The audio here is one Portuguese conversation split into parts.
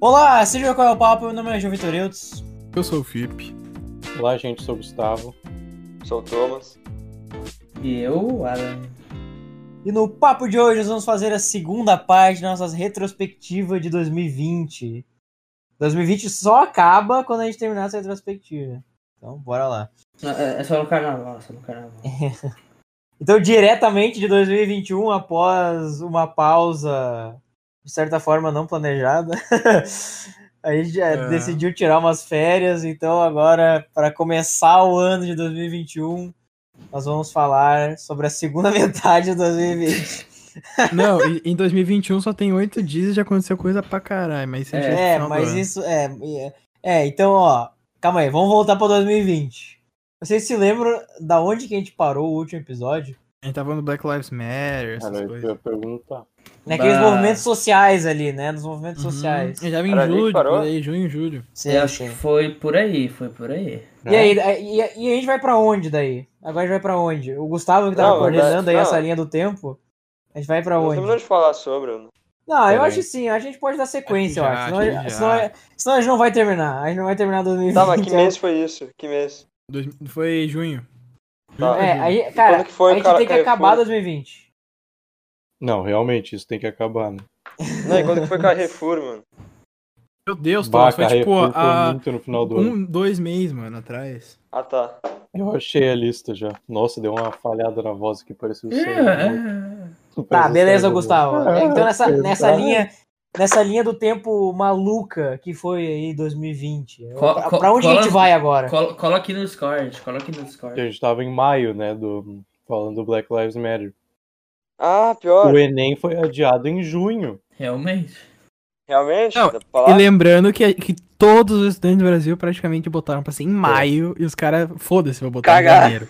Olá, seja qual é o papo, meu nome é João Vitor Eudes. Eu sou o Felipe. Olá, gente, sou o Gustavo. Sou o Thomas. E eu, Alan. E no papo de hoje nós vamos fazer a segunda parte da nossa retrospectiva de 2020. 2020 só acaba quando a gente terminar essa retrospectiva. Então, bora lá. É, é só no carnaval, só no carnaval. É, Então, diretamente de 2021, após uma pausa, de certa forma, não planejada, a gente já É. decidiu tirar umas férias. Então, agora, para começar o ano de 2021, nós vamos falar sobre a segunda metade de 2020. Não, e- em 2021 só tem oito dias e já aconteceu coisa pra caralho, mas isso É, gente no É, final do mas ano. isso. É, é, é, então, ó, calma aí, vamos voltar para 2020. Vocês se lembram da onde que a gente parou o último episódio? A gente tava no Black Lives Matter, essas Cara, eu coisas. ia perguntar. Naqueles Bah. Né, movimentos sociais ali, né? Nos movimentos Uhum. sociais. Eu tava em Era ali que julho, parou? por aí, junho e julho. Sim, Eu acho sim. que foi por aí, foi por aí. E aí, É. e, e a gente vai pra onde daí? Agora a gente vai pra onde? O Gustavo que tava Não, coordenando verdade, aí não. essa linha do tempo. A gente vai pra Não onde? terminamos de falar sobre. né? Não, eu Pera acho aí. que sim. A gente pode dar sequência, eu Aqui acho. já, Senão, aqui a gente- já. senão a- senão a gente não vai terminar. A gente não vai terminar 2020. Tá, Então- mas que mês foi isso? Que mês? Dois- foi junho. Tá. É, Junho pra julho. aí, cara, Quando que foi, a gente cara, tem que que acabar foi? 2020. Não, realmente, isso tem que acabar, né? Não, e quando que foi Carrefour, mano? Meu Deus, Bah, Thomas, foi tipo Carrefour foi há muito no final do ano. um, dois meses, mano, atrás. Ah, tá. Eu achei a lista já. Nossa, deu uma falhada na voz aqui, parecia o É, Sérgio Moro. é. Tá, Parecia o beleza, Sérgio né? Gustavo. Moro. É, Então nessa, Ah, nessa tá. linha. Nessa linha do tempo maluca que foi aí 2020. Co- Pra, co- pra onde a gente cola- vai agora? Colo- Cola aqui no Discord, cola aqui no A Discord. gente tava em maio, né, do, falando do Black Lives Matter. Ah, pior. O Enem foi adiado em junho. Realmente. Realmente? Não, Da E palavra? lembrando que, que todos os estudantes do Brasil praticamente botaram pra ser em maio e os caras, foda-se, vou botar Cagar. em janeiro.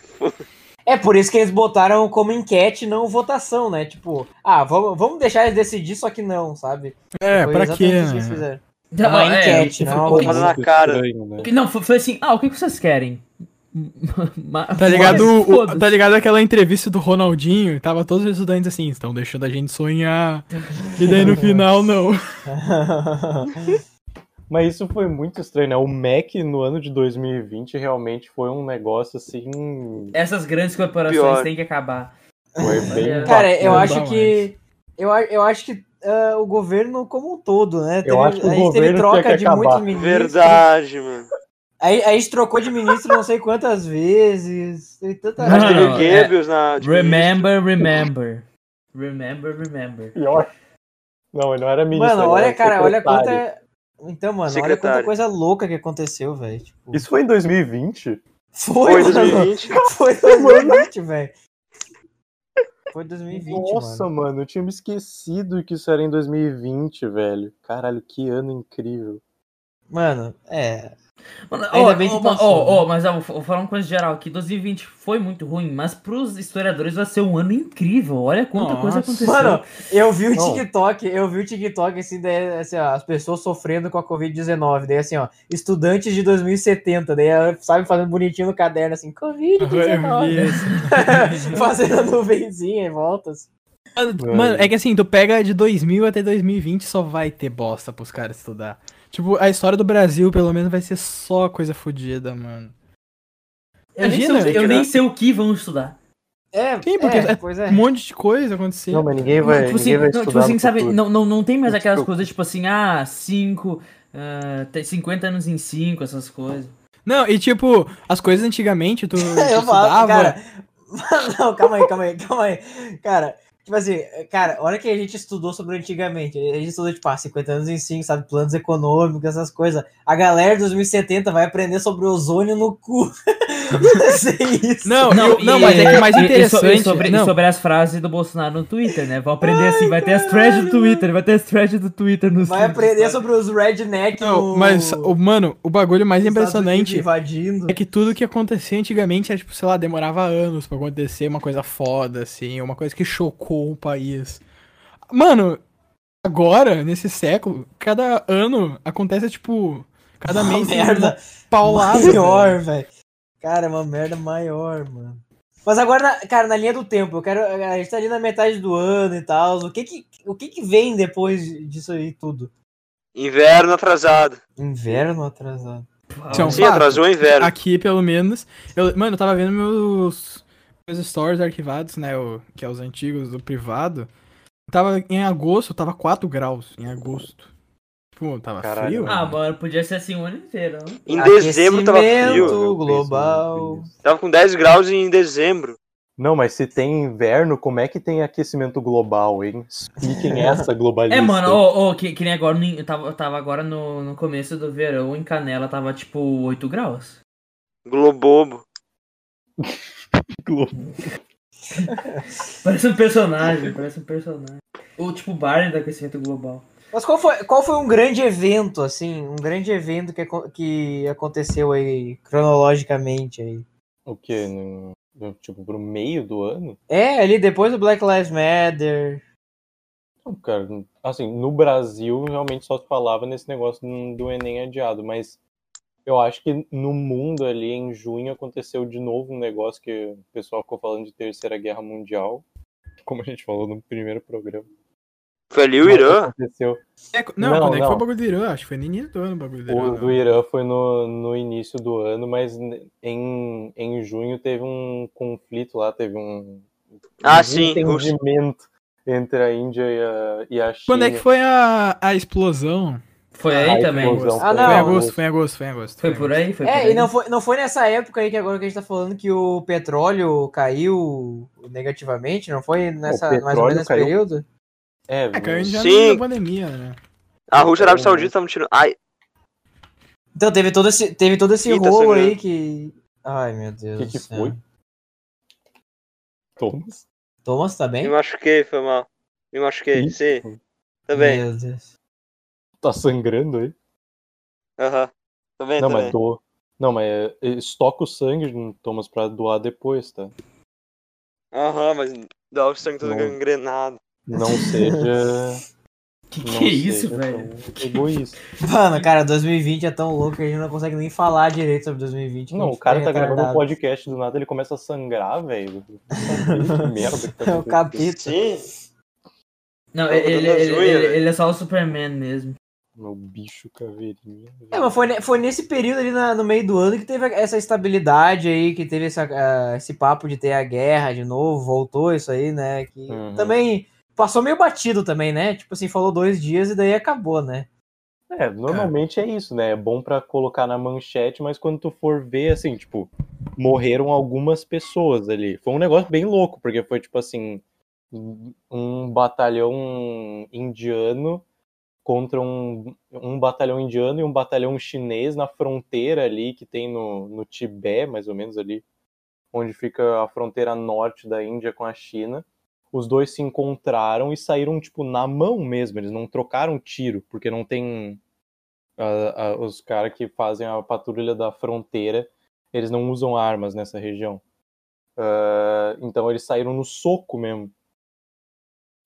É por isso que eles botaram como enquete, não votação, né? Tipo, ah, vamos, vamos deixar eles decidir, só que não, sabe? É, Foi pra exatamente quê? isso que eles né? fizeram. Não, tipo, uma enquete, e não é foi uma Tá colocado votação. na cara. Estranho, né? Não, foi, foi assim, ah, o que que vocês querem? Ma- Tá ligado, Mas, o- foda-se. tá ligado aquela entrevista do Ronaldinho? Tava todos os estudantes assim, estão deixando a gente sonhar. E daí no final, não. Mas isso foi muito estranho, né? O MEC no ano de 2020 realmente foi um negócio assim. Essas grandes corporações Pior. têm que acabar. Foi É, bem. Cara, eu Não acho dá que. Eu, a- eu acho que ah, o governo como um todo, né? Teve- acho que o a gente teve governo troca tinha que de muitos acabar. ministros. Verdade, mano. A, a gente trocou de ministro não sei quantas vezes. Tem tanta. Não, Acho que teve não, o Goebbels na. tipo, é de Remember, remember. Remember, remember. pior. Não, ele não era ministro. Mano, ele olha, era cara, olha secretário. quanta. Então, mano, olha quanta Secretário. coisa louca que aconteceu, velho. é- Tipo, Isso foi em 2020? foi, mano. Foi 2020. Foi 2020, velho. Foi 2020, Nossa, mano. mano. eu tinha me esquecido que isso era em 2020, velho. Caralho, que ano incrível. Mano, é. Mano, Ainda ó, bem que ó, passou, ó, né? ó, mas ó, vou vou falar uma coisa geral aqui. 2020 foi muito ruim, mas pros historiadores vai ser um ano incrível. Olha quanta Nossa. coisa aconteceu. Mano, eu vi o Não. TikTok, eu vi o TikTok assim, daí, assim ó, as pessoas sofrendo com a Covid-19. Daí assim, ó, estudantes de 2070, daí ela, sabe, fazendo bonitinho no caderno assim, Covid-19. fazendo a nuvenzinha em volta. assim. Mano, mano, é que assim, tu pega de 2000 até 2020, só vai ter bosta pros caras estudar. Tipo, a história do Brasil, pelo menos, vai ser só coisa fodida, mano. eu, nem sei, imagina, o- eu nem sei o que vão estudar. É, Sim, porque é, é- pois Um é. monte de coisa acontecendo. Não, mas ninguém Não, vai, tipo ninguém assim, vai não, tipo estudar assim, no sabe, futuro. não, não, não tem mais Não se aquelas preocupe. coisas tipo assim, ah, 5, 50 anos em 5, essas coisas. Não, e tipo, as coisas antigamente, tu, tu É, Eu estudava. falo, cara. Não, calma aí, calma aí, calma aí. Cara, tipo assim, cara, olha que a gente estudou sobre antigamente. A gente estudou, tipo, ah, 50 anos em 5, sabe? Planos econômicos, essas coisas. A galera de 2070 vai aprender sobre ozônio no cu. Sem isso. Não, eu- não, e- mas é que o mais e- e so- interessante. E sobre, e não, sobre as frases do Bolsonaro no Twitter, né? Vão aprender assim, vai ter as threads do Twitter, vai ter as threads do Twitter no Vai aprender sobre os redneck não, no- mas, ô, mano, o bagulho mais nos Estados Unidos impressionante invadindo. É que tudo que acontecia antigamente era, tipo, sei lá, demorava anos pra acontecer uma coisa foda, assim, uma coisa que chocou o país. Mano, agora, nesse século, cada ano acontece, tipo, cada Uma mês tem Ah, merda. uma paulada. velho. maior, velho. Cara, é uma merda maior, mano. Mas agora, na- cara, na linha do tempo, eu quero. A gente tá ali na metade do ano e tal. O que que, o que, que vem depois disso aí tudo? Inverno atrasado. Inverno atrasado. Isso é Então, um Sim, fato. atrasou o inverno. Aqui, pelo menos. eu- mano, eu tava vendo meus, meus stories arquivados, né? o- que é os antigos do privado. Tava em agosto, tava 4 graus em agosto. Tipo, tava Caralho. frio. Ah, né? mano, podia ser assim o ano inteiro. não? Em dezembro tava é Aquecimento. Muito frio. Eu penso global. nisso. Tava com 10 graus em dezembro. Não, mas se tem inverno, como é que tem aquecimento global, hein? Expliquem essa globalista. É, mano, ô, ô, que, que nem agora, no- eu tava, eu tava agora no, no começo do verão, em Canela tava tipo 8 graus. Globobo. Globo. Parece um personagem, parece um personagem. Ou tipo Barney do aquecimento global. Mas qual foi, qual foi um grande evento, assim? Um grande evento que, acon- que aconteceu aí, cronologicamente aí. O quê? No- no- tipo, pro meio do ano? É, ali depois do Black Lives Matter. Não, cara, assim, no Brasil realmente só se falava nesse negócio do- do Enem adiado, mas eu acho que no mundo ali em junho aconteceu de novo um negócio que o pessoal ficou falando de Terceira Guerra Mundial, como a gente falou no primeiro programa. Foi ali o Irã. Aconteceu. É, não, Não, quando é que não. foi o bagulho do Irã? Acho que foi no início do ano o bagulho do Irã. O né? do Irã foi no, no início do ano, mas ne- em, em junho teve um conflito lá, teve um Ah, um sim, Rússia. entendimento entre a Índia e a, e a China. Quando é que foi a, a explosão? Foi Ah, aí a também. explosão Ah, foi- não. Foi em agosto, foi em agosto, foi em agosto. Foi em por agosto. aí, foi por É, aí. e não foi, não foi nessa época aí que agora que a gente tá falando que o petróleo caiu negativamente? Não foi nessa, mais ou petróleo menos nesse caiu. período? É, É, caiu já Sim. na pandemia, né? A Rússia e a Arábia Saudita estavam tirando. Ai, Então teve todo esse, teve todo esse Ih, tá rolo aí sangrando. que. Ai, meu Deus. Que que do céu. foi? Thomas? Thomas, tá bem? me machuquei, foi mal. Me machuquei, Ih. sim. Também. Meu Deus. Tá sangrando aí? Aham. Também, Não, mas também. doa. Não, mas é, estoca o sangue, Thomas, pra doar depois, tá? Aham, mas dá o sangue todo Não. gangrenado. Não seja. Que não que é isso, seja velho? tão Egoísta. Mano, cara, 2020 é tão louco que a gente não consegue nem falar direito sobre 2020. que a Não, gente o cara tá retardado. gravando um podcast do nada, ele começa a sangrar, velho. Que merda que tá É o acontecendo. capítulo. Sim. Não, Tá ele, ele, botando as ele- unhas, ele- ele é só o Superman mesmo. Meu bicho caveirinha. velho. É, mas foi, ne- foi nesse período ali na- no meio do ano que teve essa estabilidade aí, que teve essa, ah, esse papo de ter a guerra de novo, voltou isso aí, né? Que Uhum. também passou meio batido também, né? Tipo assim, falou dois dias e daí acabou, né? É, normalmente é isso, né? É bom pra colocar na manchete, mas quando tu for ver, assim, tipo, morreram algumas pessoas ali. Foi um negócio bem louco, porque foi tipo assim, um- um batalhão indiano contra um, um batalhão indiano e um batalhão chinês na fronteira ali que tem no, no Tibete, mais ou menos ali, onde fica a fronteira norte da Índia com a China. Os dois se encontraram e saíram, tipo, na mão mesmo. Eles não trocaram tiro, porque não tem a- a- os caras que fazem a patrulha da fronteira, eles não usam armas nessa região. Ah, então eles saíram no soco mesmo.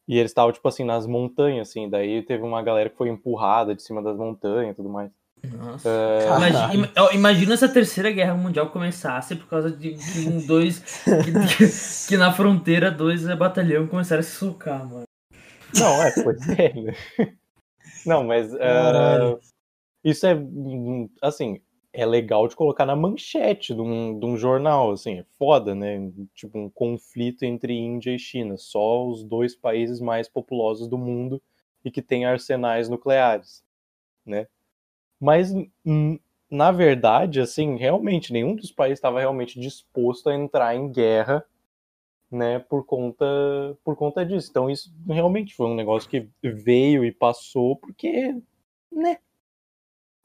E eles estavam, tipo assim, nas montanhas, assim. Daí teve uma galera que foi empurrada de cima das montanhas e tudo mais. Nossa. Caralho. Imagina, ima- ó, imagina se a terceira guerra mundial começasse por causa de, de um dois. que, que- que na fronteira dois eh, batalhão começaram a se socar, mano. Não, é, pois é. né? Não, mas. ah, Caralho. isso é. hum, Assim, é legal de colocar na manchete de um, de um jornal, assim, é foda, né? Tipo, um conflito entre Índia e China. Só os dois países mais populosos do mundo e que têm arsenais nucleares, né? Mas, hum, na verdade, assim, realmente, nenhum dos países estava realmente disposto a entrar em guerra né, por conta por conta disso. Então isso realmente foi um negócio que veio e passou porque, né,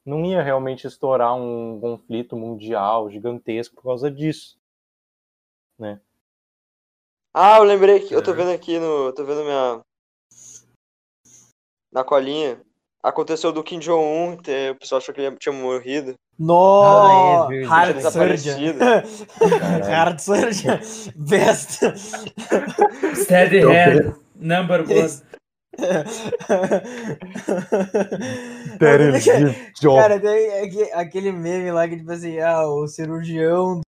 não ia realmente estourar um conflito mundial gigantesco por causa disso. Ah, eu lembrei que eu É. tô vendo aqui no. Eu tô vendo minha. Na colinha. Aconteceu do Kim Jong-un, que o pessoal achou que ele tinha morrido. No! Ah, é verdade. Hard Tinha Surgeon. desaparecido. Hard Surgeon. Best. Steady Head, number one. Cara, tem aque- aquele meme lá que, tipo assim, ah, o cirurgião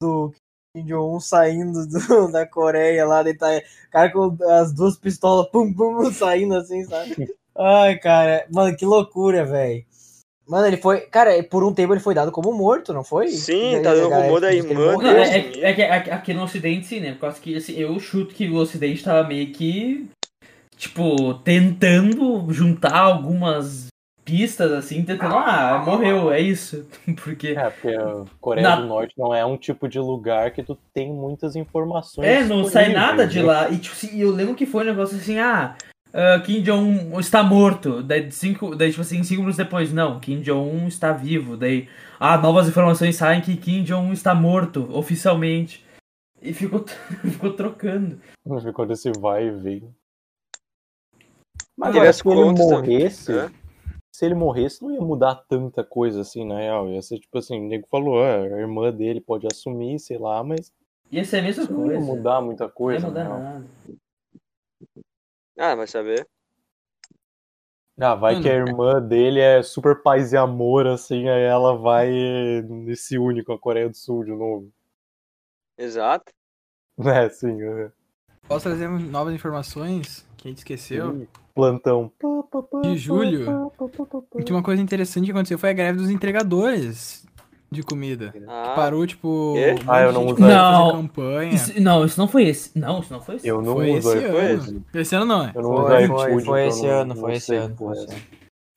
do Kim Jong-un saindo do- da Coreia lá, daí tá o cara com as duas pistolas, pum, pum, saindo assim, sabe? Ai, cara. Mano, que loucura, velho. Mano, ele foi. Cara, por um tempo ele foi dado como morto, não foi? Sim, Daí tá a dando galera rumor da disse que ele irmã Não, morreu. é, é, é que aqui, aqui no Ocidente sim, né? Por causa que assim, eu chuto que o Ocidente tava meio que, tipo, tentando juntar algumas pistas, assim, tentando, ah, morreu, é isso. Porque. É, porque a Coreia Na- do Norte não é um tipo de lugar que tu tem muitas informações. É, não sai disponíveis, nada de né? lá. E tipo, assim, eu lembro que foi um negócio assim, ah, ah, Kim Jong-un está morto. Daí, de cinco, daí, tipo assim, cinco minutos depois, não, Kim Jong-un está vivo. Daí, ah, novas informações saem que Kim Jong-un está morto, oficialmente. E ficou, ficou trocando. Ficou desse vai e vem. Mas Teve olha, as se ele contas é também, morresse, né? se ele morresse, não ia mudar tanta coisa assim, na real. Ia ser tipo assim, o nego falou, ah, a irmã dele pode assumir, sei lá, mas Ia ser a mesma isso não coisa. ia mudar muita Não ia coisa. mudar na real. nada. Ah, vai saber. Ah, vai Mano, que a é- irmã dele é super paz e amor, assim, aí ela vai e se une com a Coreia do Sul de novo. Exato. Né, assim, é. Posso trazer novas informações que a gente esqueceu? Ih, plantão. De julho. Porque uma coisa interessante que aconteceu foi a greve dos entregadores de É, comida. Ah, Que parou, tipo. Quê? um monte Ah, eu de não gente usei. pra Não. fazer campanha. Isso- não, isso não foi esse. Não, isso não foi esse. Eu não Foi uso esse iFood. ano. Esse ano não é. Eu não uso Foi, iFood, foi, então foi eu esse não- ano, não foi esse sei é. ano, porra foi essa. esse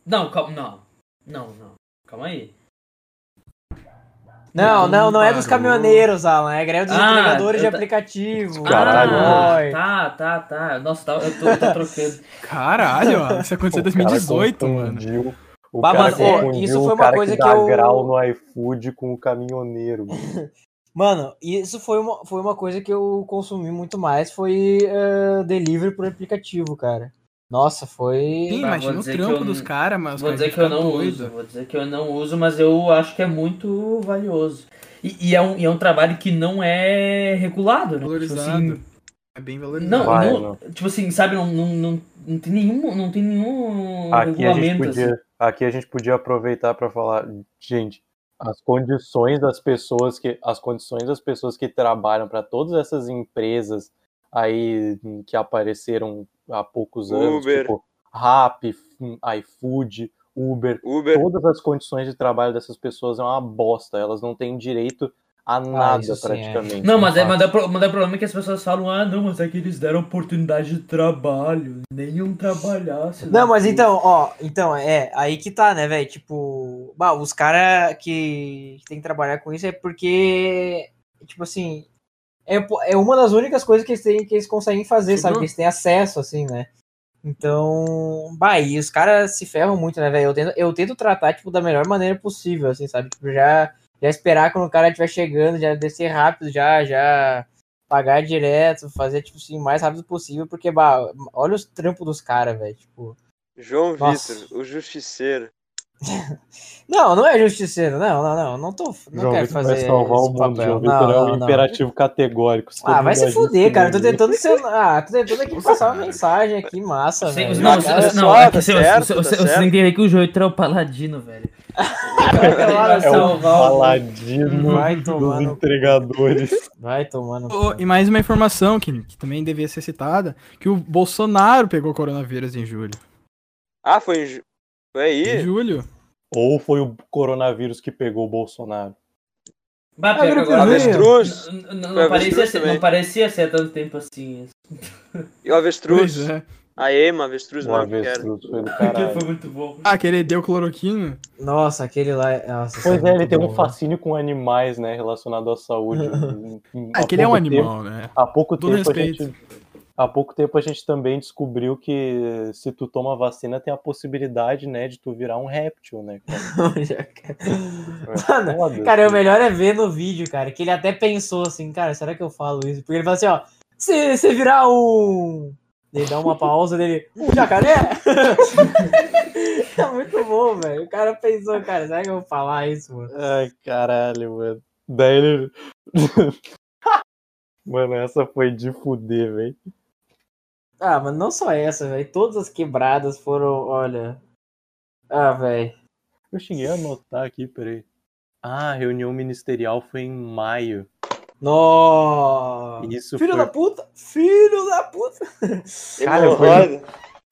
Não, calma, não. Não, não. Calma aí. Não, não, não é dos Parou. caminhoneiros, Alan. É greve dos Ah, entregadores de eu ta- aplicativo. Caralho. Motoboy. Ah, tá, tá, tá. Nossa, tá, eu tô, eu tô trocando. Caralho, ó, isso aconteceu em O cara 2018, mano. confundiu- O Bah, cara mano, ó, confundiu isso o foi uma cara coisa que, que dá eu- grau no iFood com o caminhoneiro. mano. Mano, isso foi uma, foi uma coisa que eu consumi muito mais, foi eh, delivery por aplicativo, cara. Nosa, foi. Sim, Bah, imagina vou o dizer que trampo eu- dos caras, mas os Vou caras dizer que eu ficam não doidos. uso, vou dizer que eu não uso, mas eu acho que é muito valioso. E, e é, um, e é um trabalho que não é regulado, né? Valorizado. Tipo assim, É bem valorizado. não, Vai, né? não- não. tipo assim, sabe, não, não, não, não tem nenhum, não tem nenhum um Aqui a gente regulamento. assim. podia, aqui a gente podia aproveitar para falar, gente, as condições das pessoas que as condições das pessoas que trabalham para todas essas empresas aí hum, que apareceram há poucos anos, Uber. tipo Rap, hum, iFood, Uber, Uber. todas as condições de trabalho dessas pessoas é uma bosta, elas não têm direito a nada isso sim, é. praticamente. Não, mas, é, sabe? mas, é, pro- mas é o problema é que as pessoas falam, ah, não, mas é que eles deram oportunidade de trabalho, nenhum trabalhasse. Não, mas então, ó, então, é, aí que tá, né, velho? Tipo, bah, os caras que tem que trabalhar com isso é porque, tipo assim, é, po- é uma das únicas coisas que eles, têm, que eles conseguem fazer, sabe? Uhum. Que eles têm acesso, assim, né? Então, bah, e os caras se ferram muito, né, velho? Eu tento, eu tento tratar, tipo, da melhor maneira possível, assim, sabe? Tipo, já, já esperar quando o cara estiver chegando, já descer rápido, já, já pagar direto, fazer, tipo, assim, o mais rápido possível, porque, bah, olha os trampos dos caras, velho, tipo... João Nossa. Vitor, o justiceiro. Não, não é justiceiro, não, não, não. Não, tô, não João quero Vitor fazer vai salvar o esse mundo, papel. João Vitor é Não, um não, não. imperativo categórico. Ah, vai se escandalista, fuder, cara. Eu tô né? tentando ser. Ah, tô tentando aqui passar uma mensagem aqui, massa, Sim, velho. não, Ah, você- cara, não, só, é que tá você- certo, você- tá você- certo. você tem que ver que o Joito é o paladino, velho. claro, É o salvar o- paladino Vai tomar dos no- entregadores. Vai tomando. Ô, e mais uma informação que, que também devia ser citada: que o Bolsonaro pegou coronavírus em julho. Ah, foi em. ju- Foi Em aí? julho? Ou foi o coronavírus que pegou o Bolsonaro? Bah, Ah, pior que agora agora- que eu vi. Avestruz. N- n- Não, Foi parecia avestruz ser, também. não parecia ser há tanto tempo assim. E o avestruz. Pois é. A Ema, avestruz, O não, que Um era. avestruz foi do Aquilo caralho. foi muito bom. Ah, que ele deu cloroquina? Nossa, aquele lá. é- Nossa, Pois isso é, ele muito tem bom. um fascínio com animais, né, relacionado à saúde. Ah, Há que ele é um pouco tempo- animal, né? Há pouco Todo tempo a respeito. gente... Há pouco tempo a gente também descobriu que se tu toma vacina tem a possibilidade, né, de tu virar um réptil, né? cara? Mano, foda, Cara, o assim. melhor é ver no vídeo, cara, que ele até pensou assim, cara, será que eu falo isso? Porque ele fala assim, ó, se você virar um. Ele dá uma pausa dele, um jacaré? é muito bom, velho. O cara pensou, cara, será que eu vou falar isso, mano? Ai, caralho, mano. Daí ele. mano, essa foi de fuder, velho. Ah, mas não só essa, velho. Todas as quebradas foram, olha. Ah, velho. Eu cheguei a anotar aqui, peraí. Ah, a reunião ministerial foi em maio. Nossa. Isso Ah. Filho foi, da puta! Filho da puta! Cara, Hemorroida.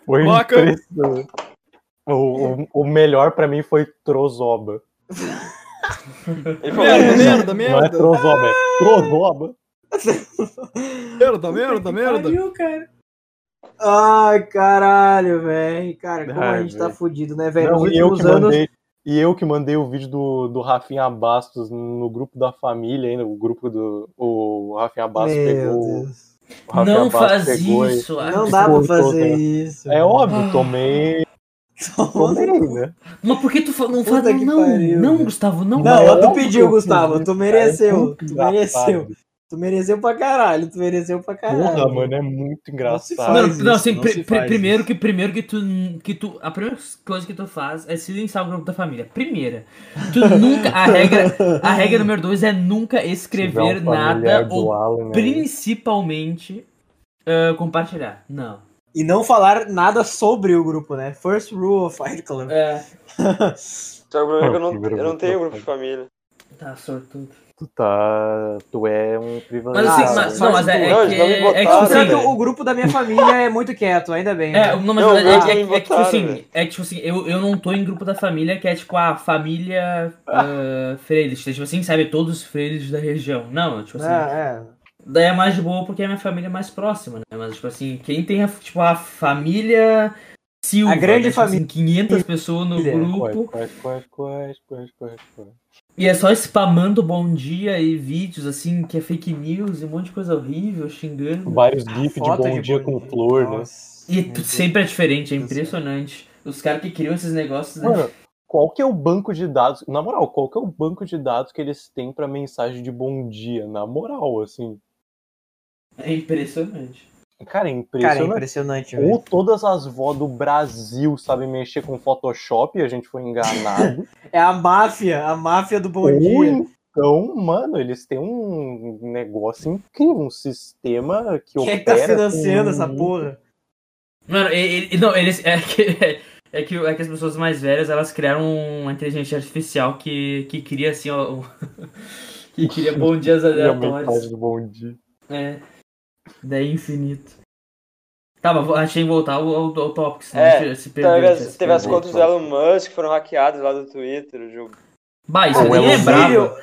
Foi Moca. impressionante. O, o- o melhor pra mim foi Trozoba. Ele falou Merda, isso. merda, Não é merda. Trozoba, é Ah! Trozoba. Merda, merda, merda. Pariu, cara. Ai, caralho, velho. Cara, como a Ai, gente tá Ah, velho. fudido, né, velho? Nos Não, e eu últimos que anos. mandei. E eu que mandei o vídeo do, do Rafinha Bastos no grupo da família, ainda. O grupo do. O Rafinha Bastos Meu pegou. Deus. o Rafinha não Bastos faz pegou e- isso. Não Alex. dá pra cortou, fazer cara. isso. É óbvio, Ah. tomei. Tomei, né? Mas por que tu fa- não Puta faz? que Não, pariu, não, velho. Gustavo, não. Não, Mas é tu óbvio que pediu, eu Gustavo. Tu fiz, Cara, é mereceu. muito Tu mereceu. engraçado. Tu mereceu pra caralho. Tu mereceu pra caralho. Porra, mano, é muito faz Mano, engraçado. isso, não, assim, não pri- se pri- faz primeiro isso. que primeiro que tu que tu a primeira coisa que tu faz é silenciar o grupo da família. Primeira. Tu nunca a regra a regra número dois é nunca escrever Tiver um é familiar nada do ou Alan, né? principalmente ah, compartilhar. Não. E não falar nada sobre o grupo, né? First rule of Fight Club. É, Só que o problema é que eu Não, primeiro não, eu não grupo tenho não. grupo de família. tá sortudo. Tu tá. Tu é um privilegiado. Mas assim, Ah, mas, faz não, mas é, tudo. é que Não, eles não me é que botaram, tipo Apesar assim, que o grupo da minha família é muito quieto, ainda bem. né? É, não, mas é, Não, é, eles não é- me é que tipo botaram, assim, velho. é que tipo assim, eu, eu não tô em grupo da família que é tipo a família ah, Freires, tipo assim, sabe, todos os Freires da região. Não, tipo assim, É, é. daí é mais de boa porque é minha família é mais próxima, né? Mas tipo assim, quem tem a, tipo a família Silva, A grande né? Tipo assim, família. 500 pessoas no Família. grupo e é só spamando bom dia e vídeos assim que é fake news e um monte de coisa horrível, xingando. Vários gifs de é. Foto bom dia com flor, né? Nossa, E meu tu- Deus. sempre é diferente, é Deus do céu. impressionante. Os caras que criam esses negócios, né? Mano, qual que é o banco de dados? Na moral, qual que é o banco de dados que eles têm pra mensagem de bom dia? Na moral, assim. É impressionante. Cara, Cara, é é impressionante. impressionante, Ou velho. todas as vó do Brasil sabem mexer com Photoshop e a gente foi enganado. É a máfia, a máfia do bom Ou dia. então, mano, eles têm um negócio incrível, um sistema que Quem é opera... que tá com- um financiando essa porra? Mano, ele, ele- não, eles. É que, é, que, é que as pessoas mais velhas elas criaram uma inteligência artificial que, que cria assim, ó. o- que cria bom dias E a aleatórios. mensagem do um bom dia. É. Daí infinito. Tá, mas vou- achei em voltar ao, ao, ao tópico, senão É, a gente se perdeu. Teve a gente as, se teve as perdeu. contas do Elon Musk que foram hackeadas lá do Twitter. Ju. Bah, isso Pô, um o daí é Elon brabo. Teve o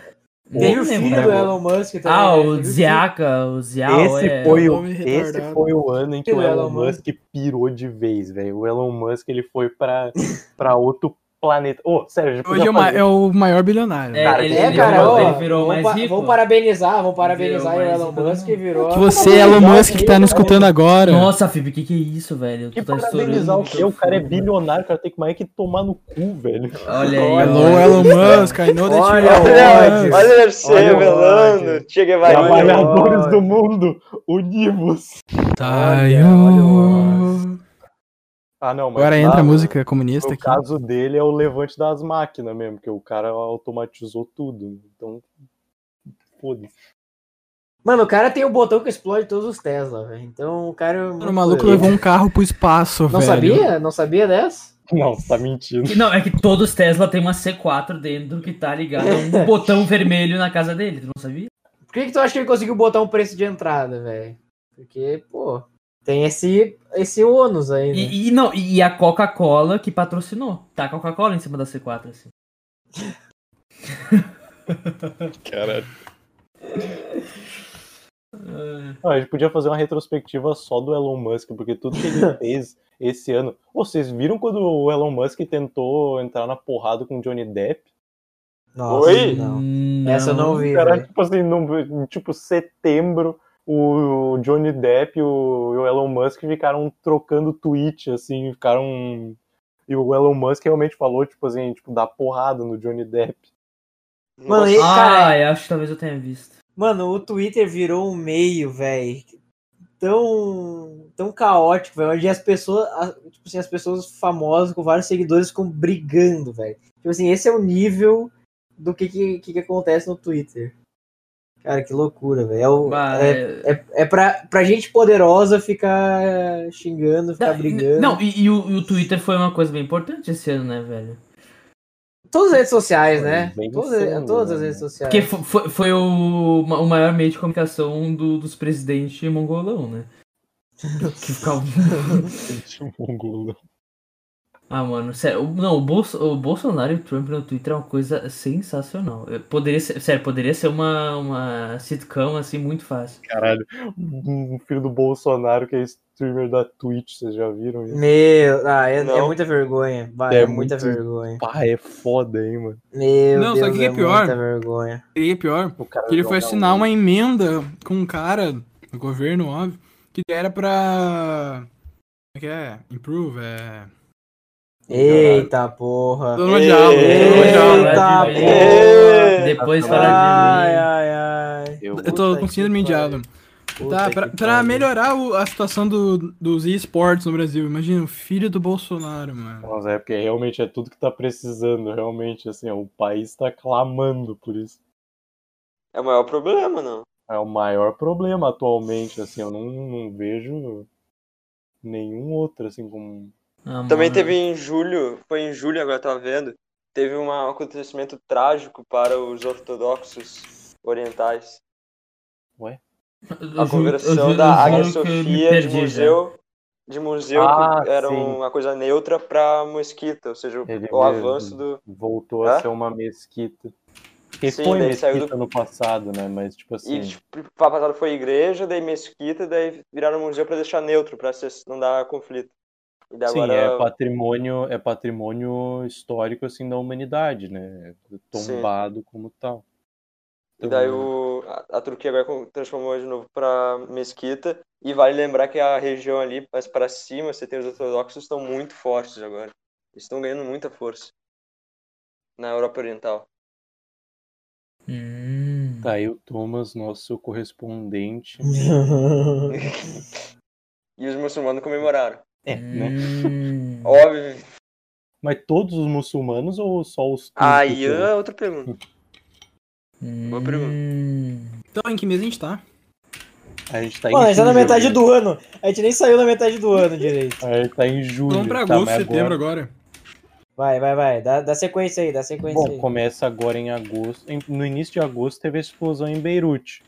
Nem É um filho lembrava. do Elon Musk também. Ah, né? Teve o filho. Ziaka, o Ziao Esse, é... foi o, homem esse retardado. foi o ano em que o Pelo é Elon Elon Musk. Musk pirou de vez, velho. O Elon Musk ele foi pra, pra outro planeta. Ô, sério, a gente Hoje podia é o, ma- fazer- é o maior bilionário. É, Cara, ele, É, ele cara, virou, ó, ele virou vamos, mais pa- rico. vamos parabenizar, vamos parabenizar o mais Elon rico do Musk que mundo. virou. Que você, Elon Musk, que tá nos escutando agora. Nossa, Fib, o que, que é isso, velho? Que Tu tá parabenizar estourando o quê? O cara é microfone. bilionário, o cara tem que mais que tomar no cu, velho. Olha aí. Hello, olha. Elon Musk, I know that Olha, you are olha, one. Isso. Olha você Olha o revelando. ódio. Che Guevara. Trabalhar. Trabalhadores olha. do mundo, univos. Taio. olha, Ah, não, mas Agora lá, entra a mano, música comunista O aqui. caso dele é o levante das máquinas mesmo, porque o cara automatizou tudo. Então, foda-se. Mano, o cara tem o botão que explode todos os Tesla, velho. Então o cara. é O muito maluco doido. levou um carro pro espaço, Não velho. sabia? Não sabia dessa? Não, você tá mentindo. Que- Não, é que todos Tesla tem uma C4 dentro que tá ligado a um botão vermelho na casa dele, tu não sabia? Por que, que tu acha que ele conseguiu botar um preço de entrada, velho? Porque, pô, tem esse, esse ônus aí, né? E, e não, e a Coca-Cola que patrocinou. Tá a Coca-Cola em cima da C4, assim. Caralho. Não, Ah, a gente podia fazer uma retrospectiva só do Elon Musk, porque tudo que ele fez esse ano. Ô, Vocês viram quando o Elon Musk tentou entrar na porrada com o Johnny Depp? Nossa, Oi? não. Hum, Essa eu não vi, Cara, velho. tipo assim, num- tipo setembro, o Johnny Depp e o, e o Elon Musk ficaram trocando tweet, assim, ficaram. E o Elon Musk realmente falou, tipo assim, tipo, dar porrada no Johnny Depp. Mano, Nossa, e- Ah, cara- eu acho que talvez eu tenha visto. Mano, o Twitter virou um meio, velho, tão, tão caótico, velho, onde as pessoas, a- tipo assim, as pessoas famosas com vários seguidores ficam brigando, velho. Tipo assim, esse é o nível do que que, que que acontece no Twitter. Cara, que loucura, velho. É, o- Bah, é, é- é, é pra, pra gente poderosa ficar xingando, tá ficar brigando. Não, e, e o, e o Twitter foi uma coisa bem importante esse ano, né, velho? Todas as redes sociais, Foi né? bem Todas, insano, todas as né? redes É. sociais. Porque fo- foi, foi o, ma- o maior meio de comunicação do- dos presidentes mongolão, né? Que ficar... Gente, mongolo. Ah, mano, sério. o- Não, o, Bolso- o Bolsonaro e o Trump no Twitter é uma coisa sensacional. Eu- Poderia ser, sério, poderia ser uma, uma sitcom assim muito fácil. Caralho. Um filho do Bolsonaro que é streamer da Twitch, vocês já viram isso? Meu, ah, é, é Não. muita vergonha. Vai, É é, muita muito- vergonha. Pá, é foda, hein, mano. Meu Não, Deus, sabe o que que é pior? muita vergonha. E pior, O cara que ele foi joga assinar um- uma emenda com um cara do governo, óbvio, que era pra. Como é que é? Improve, é. Eita porra. Dono de aula, dono de aula. Eita Aí, É. porra. Ah, Depois Ai, falar de Ai, mim. ai, ai. Eu, Eu tô Puta com que síndrome de pariu. Adam. Puta Tá, que pra, pra pariu. melhorar o- a situação do, dos esportes no Brasil. Imagina, o filho do Bolsonaro, mano. Nossa, é porque realmente é tudo que tá precisando, realmente, assim, ó, o país tá clamando por isso. É o maior problema, não. É o maior problema atualmente, assim, eu não, não vejo nenhum outro, assim, como... Ah, Também mano. teve em julho, foi em julho agora eu tava vendo, teve uma- um acontecimento trágico para os ortodoxos orientais. Eu A ju- eu ju- conversão eu da Águia juro que eu me Sofia de perdi já. museu, de museu Ah, que era sim. uma coisa neutra para mesquita, ou seja, o- Ele o avanço do, Voltou a Hã? ser uma mesquita. Porque Sim, foi daí saiu mesquita no passado, né, mas, tipo assim, E tipo, passado foi igreja, daí mesquita, daí viraram um museu pra deixar neutro, pra ser- não dar conflito. E daí sim, agora é patrimônio, é patrimônio histórico, assim, da humanidade, né, tombado como tal. e daí o, a, a Turquia agora com- transformou de novo pra mesquita. E vale lembrar que a região ali, mas pra cima, você tem os ortodoxos estão muito fortes agora. Eles estão ganhando muita força na Europa Oriental. Hum. Tá aí o Thomas, nosso correspondente. E os muçulmanos comemoraram. É, né? Hum. Óbvio. Mas todos os muçulmanos ou só os turcos? Aí é outra pergunta. Boa pergunta. Hum. Então, em que mês a gente tá? A gente tá em Mano, a gente tá na julho, metade né? do ano. A gente nem saiu na metade do ano direito. A gente tá em julho. Vamos pra tá, agosto, mas setembro agora. Vai, vai, vai. Dá, dá sequência aí, dá sequência Bom, aí. começa agora em agosto. Em- No início de agosto teve a explosão em Beirute,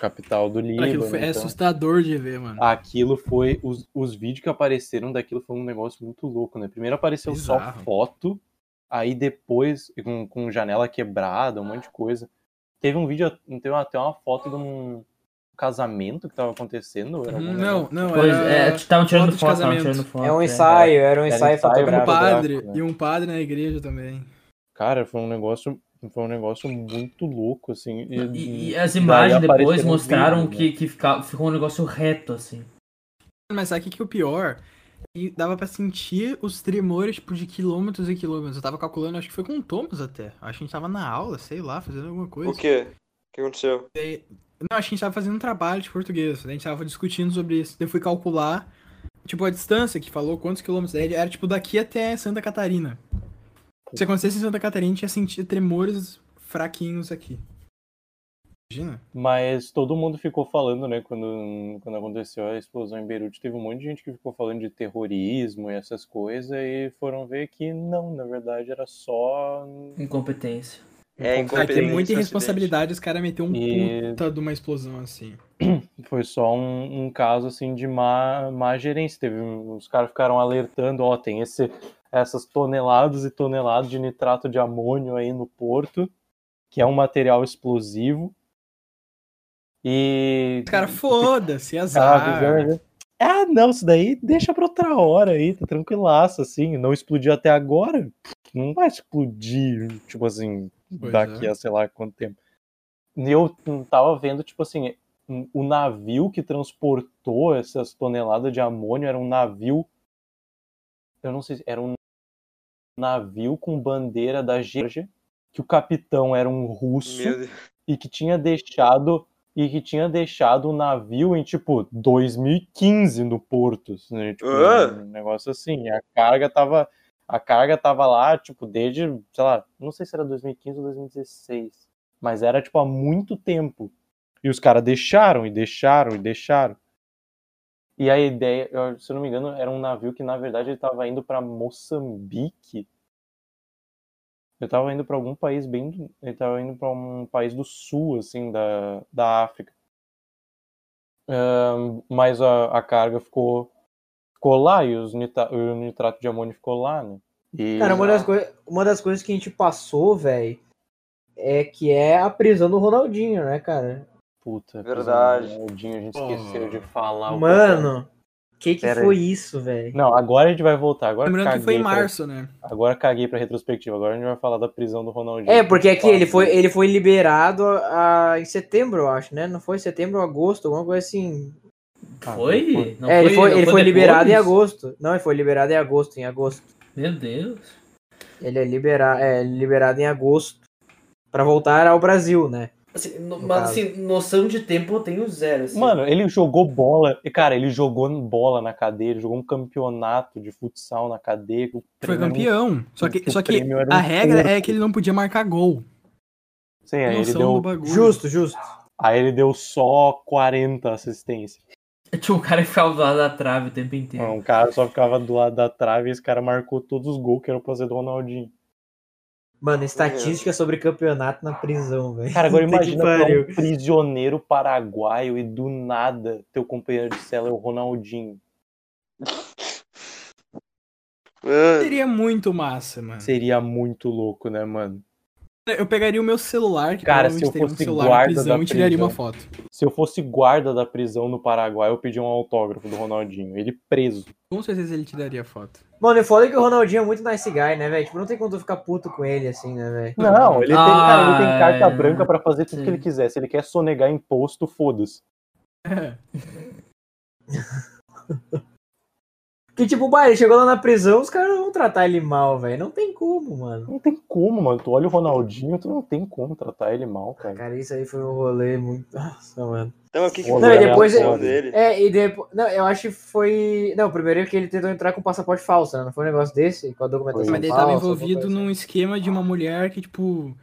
capital do Cara, aquilo Líbano. foi, é então. Ah, assustador de ver, mano. Aquilo foi. Os, os vídeos que apareceram daquilo foi um negócio muito louco, né? Primeiro apareceu Bizarro. só foto, aí depois, com, com janela quebrada, um monte de coisa. Teve um vídeo, teve até uma foto de um casamento que tava acontecendo. era algum Hum, negócio. Não, não, Pois é, era um estavam tirando foto de foto, estavam casamento. tirando foto. É um é. ensaio, era um ensaio ensaio um fotográfico. padre né? e um padre na igreja também. Cara, foi um negócio, foi um negócio muito louco, assim. E, E, e as daí imagens apareceram depois mostraram vídeos, né? que, que fica- ficou um negócio reto, assim. Mas sabe o que que é o pior? E dava pra sentir os tremores, tipo, de quilômetros e quilômetros. Eu tava calculando, acho que foi com o Thomas até. Acho que a gente tava na aula, sei lá, fazendo alguma coisa. O quê? O que aconteceu? Não, acho que a gente tava fazendo um trabalho de português. A gente tava discutindo sobre isso. Daí eu fui calcular, tipo, a distância que falou, quantos quilômetros era. Era, tipo, daqui até Santa Catarina. Se acontecesse em Santa Catarina, a gente ia sentir tremores fraquinhos aqui. Imagina? Mas todo mundo ficou falando, né? Quando, quando aconteceu a explosão em Beirute, teve um monte de gente que ficou falando de terrorismo e essas coisas, e foram ver que não, na verdade, era só. Incompetência. É, Cara, tem incompetência. Competência, muita acidente. irresponsabilidade. Os caras meteram um E- puta de uma explosão assim. Foi só um, um caso assim de má, má gerência. Teve, um- os caras ficaram alertando, ó, tem esse, essas toneladas e toneladas de nitrato de amônio aí no porto, que é um material explosivo. E. Os caras, foda-se, Ah, azar. bizarro, né? Ah, não, isso daí deixa pra outra hora aí, tá tranquilaço, assim. Não explodiu até agora, não vai explodir, tipo assim, Pois daqui é. a sei lá quanto tempo. E eu hum, tava vendo, tipo assim, um- o navio que transportou essas toneladas de amônio era um navio. Eu não sei, se- era um navio com bandeira da Geórgia, que o capitão era um russo Meu Deus. e que tinha deixado e que tinha deixado o navio em tipo 2015 no porto, né? tipo, Ah! um negócio assim. A carga tava a carga tava lá, tipo, desde, sei lá, não sei se era 2015 ou 2016, mas era tipo há muito tempo. E os caras deixaram e deixaram e deixaram. E a ideia, eu- se eu não me engano, era um navio que na verdade ele tava indo para Moçambique. Eu tava indo pra algum país bem. do- Eu tava indo pra um país do sul, assim, da, da África. Ahn, mas a, a carga ficou, ficou lá e os nita- o nitrato de amônio ficou lá, né? E- Cara, uma das, coi- uma das coisas que a gente passou, velho, é que é a prisão do Ronaldinho, né, cara? Puta, Verdade. coisa, Ronaldinho, a gente Porra. esqueceu de falar. o Mano, o que que Pera foi isso, velho? Não, agora a gente vai voltar. Agora Lembrando que foi em caguei pra- março, né? Agora caguei pra retrospectiva. Agora a gente vai falar da prisão do Ronaldinho. É, porque aqui ele foi, ele foi liberado ah, em setembro, eu acho, né? Não foi setembro ou agosto, alguma coisa assim. Ah, Foi? Não é, ele foi, não ele foi liberado em depois? agosto. Não, ele foi liberado em agosto, em agosto. Meu Deus. Ele é, libera, é liberado em agosto pra voltar ao Brasil, né? Assim, no- No mas caso. assim, noção de tempo eu tenho zero. assim. Mano, ele jogou bola. e, Cara, ele jogou bola na cadeia. Ele jogou um campeonato de futsal na cadeia. o Foi prêmio era um- campeão. Só que, o só que prêmio era um a regra é porco. que ele não podia marcar gol. Sim, aí É, ele, Noção do deu, bagulho. Justo, justo. aí ele deu só 40 assistências. Tinha um cara que ficava do lado da trave o tempo É. inteiro. Não, o cara só ficava do lado da trave e esse cara marcou todos os gols que era pra ser do Ronaldinho. Mano, estatística sobre campeonato na prisão, velho. Cara, agora Puta que imagina tu é pariu. um prisioneiro paraguaio e do nada teu companheiro de cela é o Ronaldinho. Mano, Seria muito massa, mano. Seria muito louco, né, mano? Eu pegaria o meu celular, que Cara, se provavelmente eu teria um fosse celular na guarda prisão, da e tiraria prisão. uma foto. Se eu fosse guarda da prisão no Paraguai, eu pedi um autógrafo do Ronaldinho. Ele preso. Com certeza ele tiraria foto. Mano, e foda que o Ronaldinho é muito nice guy, né, velho? Tipo, não tem como tu ficar puto com ele, assim, né, velho? Não, ele tem, cara, ele tem Ah, carta é. branca pra fazer tudo Sim. que ele quiser. Se ele quer sonegar imposto, foda-se. É. Que tipo, bah, ele chegou lá na prisão, os caras vão tratar ele mal, velho. Não tem como, mano. Não tem como, mano. Tu olha o Ronaldinho, tu não tem como tratar ele mal, cara. Cara, isso aí foi um rolê muito. Nossa, mano. então o que, que Não, foi e a depois- reação dele? É, e depois. Não, eu acho que foi. Não, primeiro é que ele tentou entrar com passaporte falso, né? Não foi um negócio desse? Com a documentação. Foi. Mas ele falsa, tava alguma envolvido coisa assim. num esquema de uma mulher que, tipo,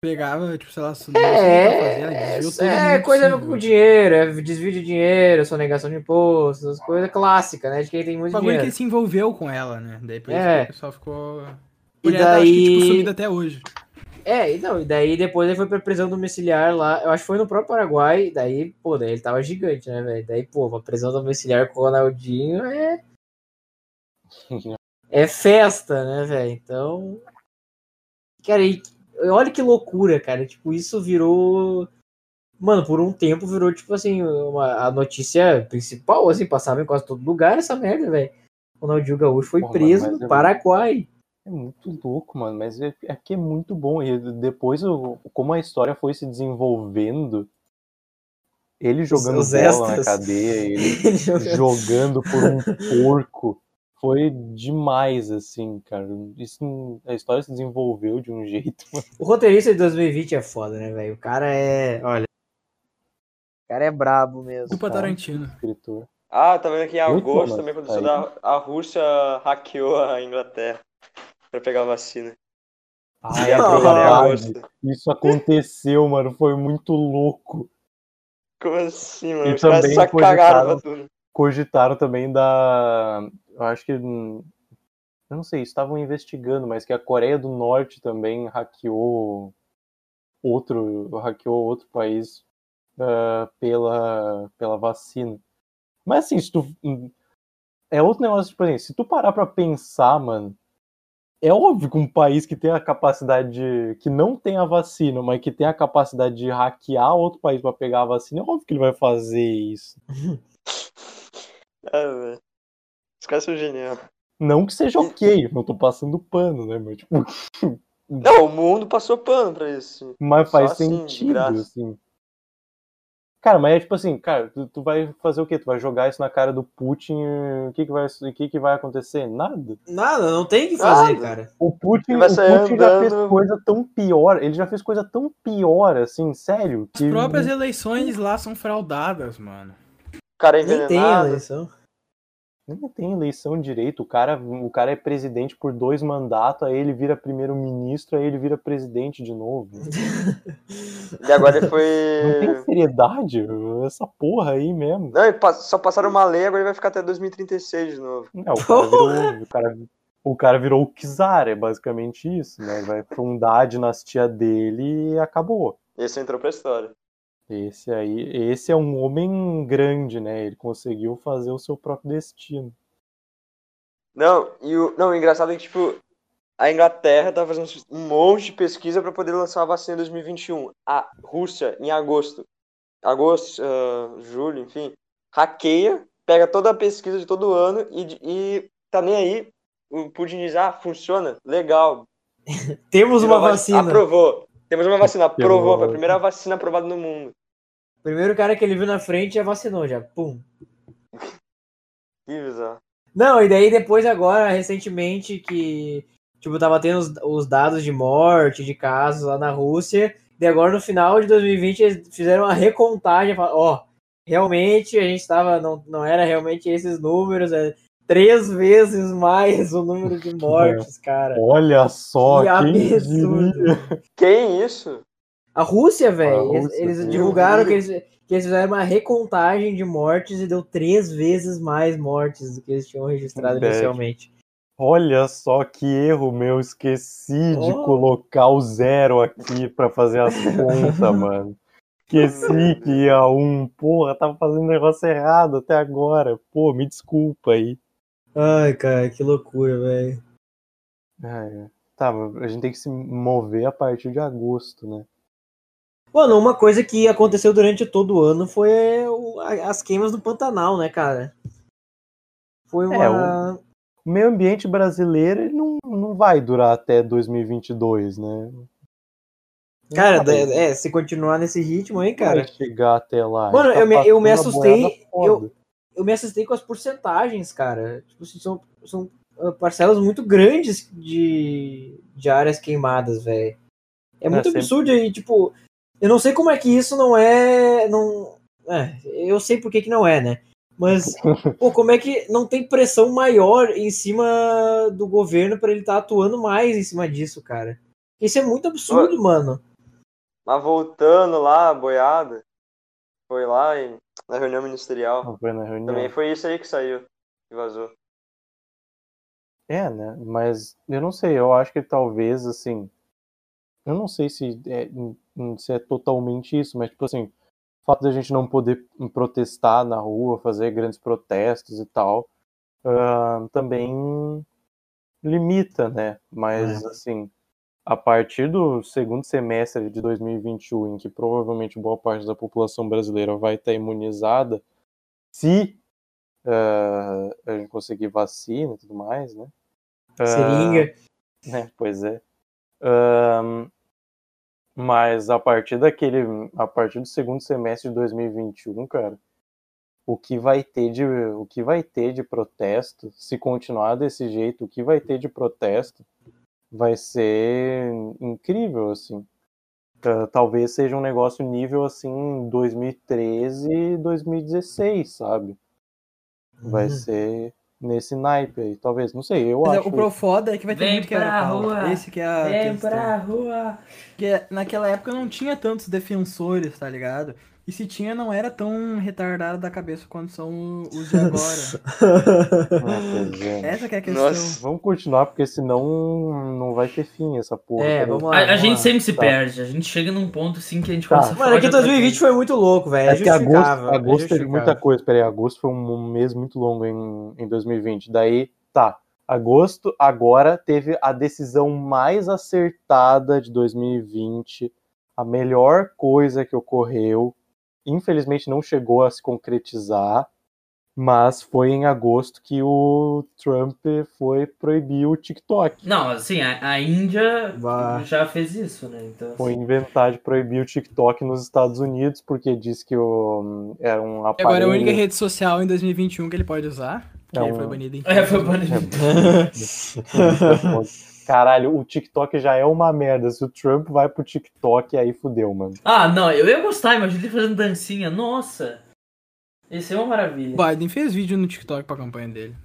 pegava, tipo, sei lá, não sei o que ela fazia, ela assim. É, é, desviou todo é, mundo coisa possível. com dinheiro, é desvio de dinheiro, sonegação de impostos, essas coisas clássicas, né? De quem tem O muito bagulho é que dinheiro. ele se envolveu com ela, né? Daí por isso É. que o pessoal ficou. E Mulher tá, acho que, tipo, daí- sumida até hoje. É, e não, e daí depois ele foi pra prisão domiciliar lá, eu acho que foi no próprio Paraguai, e daí, pô, daí ele tava gigante, né, velho? Daí, pô, pra prisão domiciliar com o Ronaldinho é. É festa, né, velho? Então. Cara, e olha que loucura, cara. Tipo, isso virou. Mano, por um tempo virou, tipo assim, uma- a notícia principal, assim, passava em quase todo lugar essa merda, velho. Ronaldinho Gaúcho foi Porra, mano, preso mas é no muito- Paraguai. É muito louco, mano. Mas é, é que é muito bom. E depois, o- como a história foi se desenvolvendo, ele jogando os bola na extras. cadeia, ele jogando por um porco. Foi demais, assim, cara. Isso, a história se desenvolveu de um jeito. O roteirista de 2020 é foda, né, velho? O cara é. Olha. O cara é brabo mesmo. Culpa Tá. Tarantino. Escritor. Ah, tá vendo que em Muito Tá agosto bom, também mas aconteceu da a Rússia hackeou a Inglaterra pra pegar a vacina. Ah, E é Não. verdade. agosto. Isso aconteceu, mano. Foi muito louco. Como assim, mano? E Os caras também só foi cagaram pra citado- tudo. Cogitaram também da. Eu acho que. hum, eu Não sei, estavam investigando, mas que a Coreia do Norte também hackeou outro. hackeou outro país ah, pela, pela vacina. Mas assim, se tu. hum, É outro negócio, tipo assim, se tu parar pra pensar, mano, é óbvio que um país que tem a capacidade de- que não tem a vacina, mas que tem a capacidade de hackear outro país pra pegar a vacina, é óbvio que ele vai fazer isso. Ah, velho. Os caras são geniais. Não que seja ok, não tô passando pano, né, mas tipo, Não, o mundo passou pano pra isso. mas faz Só assim, de sentido, graça. assim. Cara, mas é tipo assim, cara, tu, tu vai fazer o quê? Tu vai jogar isso na cara do Putin, o que que vai, o que que vai acontecer? Nada. Nada, não tem o que fazer, Nada. cara. O Putin, Ele o vai sair Putin já fez andando. coisa tão pior, ele já fez coisa tão pior, assim, sério, As que próprias eleições lá são fraudadas, mano. O cara é Nem tem a envenenado. eleição. nem tem eleição direito. O cara, o cara é presidente por dois mandatos, aí ele vira primeiro-ministro, aí ele vira presidente de novo. E agora ele foi. Não tem seriedade, essa porra aí mesmo. Não, e pa- só passaram uma lei, agora ele vai ficar até 2036 de novo. É, o cara virou, o cara, o cara virou o Kizar, é basicamente isso, né? Vai fundar a dinastia dele e acabou. Esse entrou pra história. Esse aí, esse é um homem grande, né? Ele conseguiu fazer o seu próprio destino. Não, e o, não, o engraçado é que, tipo, a Inglaterra tá fazendo um monte de pesquisa para poder lançar a vacina em 2021. A Rússia, em agosto, agosto, ah, julho, enfim, hackeia, pega toda a pesquisa de todo ano e, e tá nem aí. O Putin diz, ah, funciona, legal. Temos uma Tirou a vac- vacina. Aprovou. Temos uma vacina, aprovou. Foi a ótimo. primeira vacina aprovada no mundo. Primeiro cara que ele viu na frente já vacinou, já. Pum. Que bizarro. Não, e daí depois agora, recentemente, que tipo, tava tendo os, os dados de morte, de casos lá na Rússia, e agora no final de 2020 eles fizeram uma recontagem, falaram, ó, realmente a gente tava, não, não era realmente esses números, é três vezes mais o número de mortes, cara. Olha só, Que quem absurdo. diria? Quem é isso? A Rússia, velho, A eles, Rússia, eles meu divulgaram que Deus. eles, que eles fizeram uma recontagem de mortes e deu três vezes mais mortes do que eles tinham registrado Verdade. inicialmente. Olha só que erro meu, esqueci de Oh. colocar o zero aqui pra fazer as contas, mano. Esqueci que ia um, porra, tava fazendo um negócio errado até agora. Pô, me desculpa aí. Ai, cara, que loucura, velho. Ah, é. Tá, mas a gente tem que se mover a partir de agosto, né? Mano, uma coisa que aconteceu durante todo o ano foi o- a- as queimas do Pantanal, né, cara? Foi uma. É, o- O meio ambiente brasileiro ele não, não vai durar até 2022, né? Cara, vai. é, é, se continuar nesse ritmo aí, Vai cara. chegar até lá. né? Mano, A gente eu me- eu me passando a boiada assustei, eu- foda. Eu me assustei com as porcentagens, cara. Tipo, assim, são, são ah, parcelas muito grandes de, de áreas queimadas, velho. É muito sempre- absurdo e, tipo, eu não sei como é que isso não é. Não... É, eu sei por que, que não é, né? Mas, pô, como é que não tem pressão maior em cima do governo pra ele estar atuando mais em cima disso, cara? Isso é muito absurdo, mano. Mas voltando lá, a boiada. Foi lá em, na reunião ministerial. Ah, foi na reunião. Também foi isso aí que saiu. Que vazou. É, né? Mas eu não sei, eu acho que talvez, assim. Eu não sei se é, se é totalmente isso, mas, tipo assim, o fato da gente não poder protestar na rua, fazer grandes protestos e tal, ah, também limita, né? Mas, assim, a partir do segundo semestre de 2021, em que provavelmente boa parte da população brasileira vai estar imunizada, se ah, a gente conseguir vacina e tudo mais, né? Ah, Seringa. né? Pois é. Ahn, mas a partir daquele, a partir do segundo semestre de 2021, cara, o que vai ter de, o que vai ter de protesto, se continuar desse jeito, o que vai ter de protesto, vai ser incrível, assim. Ah, talvez seja um negócio nível assim 2013 e 2016, sabe? Vai Uhum. ser nesse naipe aí, talvez, não sei, eu Mas é, acho. o Profoda é que vai ter Vem muito que era pra pau. rua, Esse que é a Vem questão. pra rua. Porque naquela época não tinha tantos defensores, tá ligado? E se tinha, não era tão retardado da cabeça quanto são os de agora. Ah, pois é. Essa que é a questão. Nossa. Vamos continuar, porque senão não vai ter fim essa porra. É, Peraí. vamos lá. A, a vamos gente lá. sempre se Tá. perde. A gente chega num ponto assim que a gente Tá. começa a falar. Mano, é que de outra 2020 coisa. foi muito louco, velho. É, É que agosto, justificável, é agosto teve justificável. muita coisa. Peraí, agosto foi um mês muito longo em, em 2020. Daí, tá. Agosto, agora teve a decisão mais acertada de 2020. A melhor coisa que ocorreu. Infelizmente não chegou a se concretizar. Mas foi em agosto que o Trump foi proibir o TikTok. Não, assim, a, a Índia Bah. já fez isso, né? Então, Foi inventar de proibir o TikTok nos Estados Unidos, porque disse que o, era E um Agora é a aparelho. única rede social em 2021 que ele pode usar. Que É ele um- foi banido em É, foi banido. Caralho, o TikTok já é uma merda. Se o Trump vai pro TikTok, aí fudeu, mano. Ah, não, eu ia gostar, imagina ele fazendo dancinha. Nossa! Esse é uma maravilha. O Biden fez vídeo no TikTok pra campanha dele.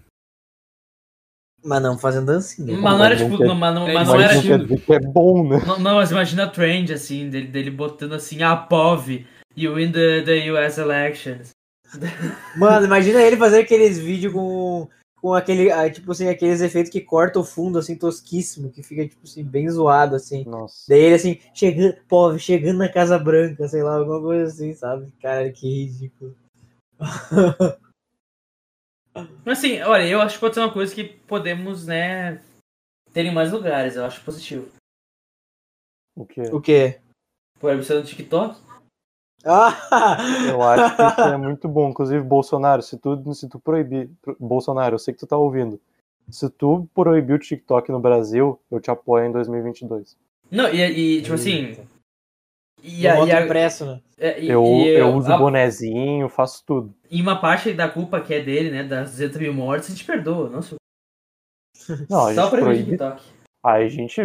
Mas não fazendo dancinha. Mas não era Mas tipo. nunca- Não, mas não, mas Mas não Mas era não tipo. quer dizer que é bom, né? Não, não, mas imagina a trend, assim, dele, dele botando assim, a POV, you win the, the US elections. Mano, imagina ele fazer aqueles vídeos com, com aquele, ah, tipo assim, aqueles efeitos que corta o fundo, assim, tosquíssimo, que fica, tipo assim, bem zoado, assim. Nossa. Daí ele, assim, chegando, pobre, chegando na Casa Branca, sei lá, alguma coisa assim, sabe? Cara, que ridículo. Mas assim, olha, eu acho que pode ser uma coisa que podemos, né, ter em mais lugares, eu acho positivo. O que? o quê? Por exemplo, você é no TikTok, Ah! Eu acho que isso é muito bom. Inclusive, Bolsonaro, se tu, se tu proibir. pro- Bolsonaro, eu sei que tu tá ouvindo. Se tu proibir o TikTok no Brasil, eu te apoio em 2022. Não, e, e, tipo assim. E, Eu a- e, voto a- impresso, né? é, e- Eu, e eu uso a- bonezinho, faço tudo. E uma parte da culpa que é dele, né? Das 200 mil mortes, a gente perdoa. Não, se- Não, a só gente pra o proíbe. TikTok. Aí a gente.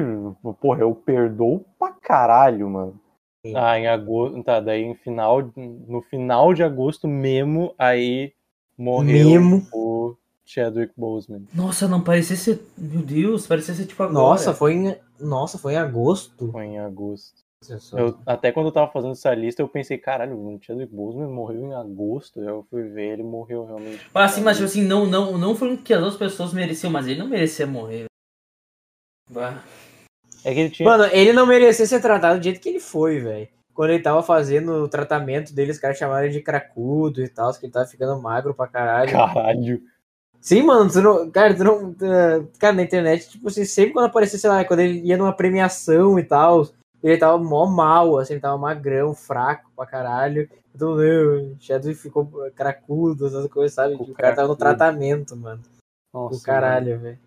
Porra, eu perdoo pra caralho, mano. Sim. Ah, em agosto. Tá, daí em final, no final de agosto mesmo, aí morreu Mimo. o Chadwick Boseman. Nossa, não parecia ser. Meu Deus, parecia ser tipo agora. Nossa, foi em... Nossa, foi em agosto? Foi em agosto. Eu... Eu, até quando eu tava fazendo essa lista, eu pensei, caralho, o Chadwick Boseman morreu em agosto. Aí eu fui ver, ele morreu realmente. Mas assim, mas tipo assim, não, não, não foi que as outras pessoas mereciam, mas ele não merecia morrer. Bah. É que ele tinha. Mano, ele não merecia ser tratado do jeito que ele foi, velho. Quando ele tava fazendo o tratamento dele, os caras chamaram ele de cracudo e tal, que ele tava ficando magro pra caralho. Caralho. Sim, mano, tu não, cara, tu não, eh, cara, na internet, tipo assim, sempre quando aparecia, sei lá, quando ele ia numa premiação e tal, ele tava mó mal, assim, ele tava magrão, fraco pra caralho. Então, meu, Chadwick ficou cracudo, essas coisas, sabe? Ficou o cara tava no cracudo. tratamento, mano. Nossa, o caralho, velho.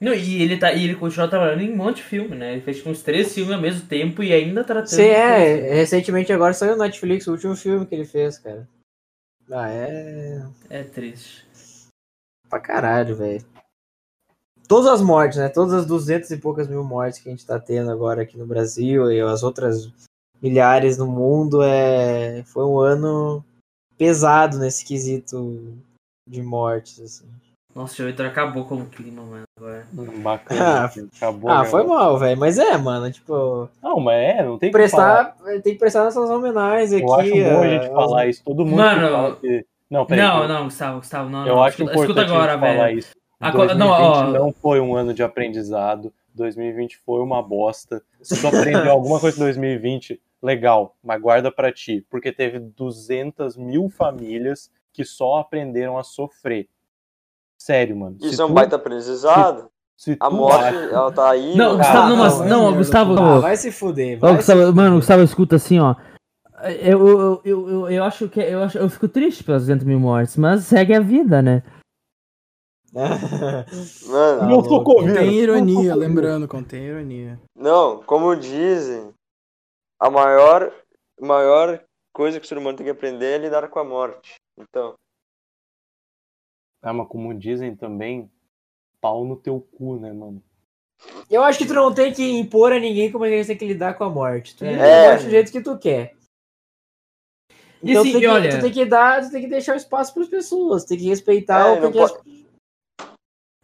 Não, e ele tá. E ele continua trabalhando em um monte de filme, né? Ele fez tipo, uns três filmes ao mesmo tempo e ainda tá tratando. Sim, é, coisa. recentemente agora saiu no Netflix o último filme que ele fez, cara. Ah, é É triste. pra caralho, velho. Todas as mortes, né? Todas as duzentas e poucas mil mortes que a gente tá tendo agora aqui no Brasil e as outras milhares no mundo, é... foi um ano pesado nesse quesito de mortes, assim. Nossa, o Vitor então acabou com o clima, mano. Agora. mano. Bacana. Ah, acabou. ah, né? foi mal, velho. Mas é, mano, tipo, Não, mas é, não tem tem que que prestar. prestar, tem que prestar nessas homenagens aqui. Eu acho bom a é, gente aos- falar isso. Todo mundo Mano, que fala que. Não, peraí. Não, eu- não, Gustavo, Gustavo, não. Eu não. acho escuta, importante escuta agora, a gente falar velho. isso. A co- 2020 não, não, ó. foi um ano de aprendizado. 2020 foi uma bosta. Se tu aprendeu alguma coisa em 2020, legal, mas guarda pra ti. Porque teve 200 mil famílias que só aprenderam a sofrer. Sério, mano. Isso se é um tu- baita aprendizado. se A tu morte, acha- ela tá aí. ah, Não, cara. Gustavo, não, mas- vai, não, filho da Gustavo. puta. Ah, vai se fuder, Ô, vai se Gustavo, fuder. mano, Gustavo, escuta assim, ó. Eu, eu, eu, eu, eu acho que eu, acho, eu fico triste pelas 200 mil mortes, mas segue a vida, né? Mano, Não sou louco. coveiro. Contém Não ironia, sou coveiro. lembrando, contém ironia. não, como dizem, a maior, maior coisa que o ser humano tem que aprender é lidar com a morte. Então, Ah, mas como dizem também, pau no teu cu, né, mano? Eu acho que tu não tem que impor a ninguém como é que eles têm que lidar com a morte. Tu É. lida com a morte do jeito que tu quer. E Então assim, tu, tem e que, olha- tu tem que dar, tu tem que deixar o espaço para as pessoas, tem que respeitar É, o que, não que pode- as-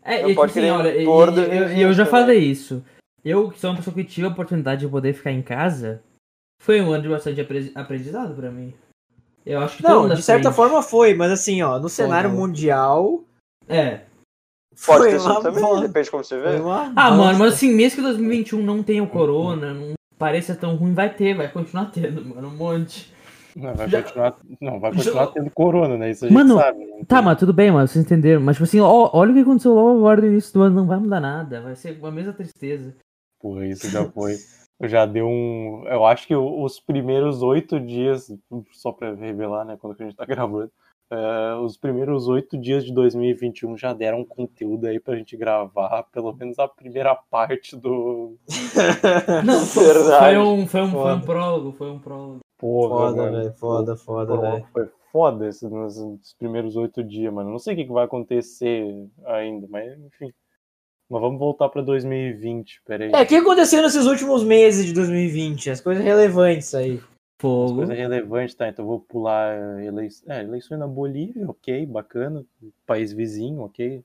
É, Não eu, pode assim, querer olha, e- e- impor do- eu, eu, já falei isso. Eu, que sou uma pessoa que tive a oportunidade de poder ficar em casa, foi um ano de bastante apre- aprendizado pra mim. Eu acho que todo Não, mundo de certa aprende. forma foi, mas assim, ó, no cenário não. mundial É. pode foi ter sido uma também, né? bosta. depende de como você Foi vê. uma Ah, mano, mas bosta. assim, mesmo que 2021 não tenha o corona, não pareça tão ruim, vai ter, vai continuar tendo, mano, um monte. Não, vai Já- continuar, não, vai Já- continuar tendo corona, né? Isso a gente Mano, sabe. né? Tá, mas tudo bem, mano, vocês entenderam. Mas, tipo assim, ó, olha o que aconteceu logo agora no início do ano, não vai mudar nada, vai ser a mesma tristeza. Porra, isso já foi. Já deu um. Eu acho que o- os primeiros oito dias, só pra revelar, né, quando que a gente tá gravando, é, os primeiros oito dias de 2021 já deram conteúdo aí pra gente gravar, pelo menos a primeira parte do. É, Não, foi, Verdade. foi um, foi, um, foi um Foda. prólogo, foi um prólogo. Porra, Foda, mano. velho, foda, foda, Porra, velho. Foi foda esses, esses primeiros oito dias, mano. Não sei o que, que vai acontecer ainda, mas enfim. Mas vamos voltar pra 2020, peraí. É, o que aconteceu nesses últimos meses de 2020? As coisas relevantes aí. As Fogo. coisas relevantes, tá? Então eu vou pular eh, elei... é, eleições na Bolívia, ok, bacana. País vizinho, ok.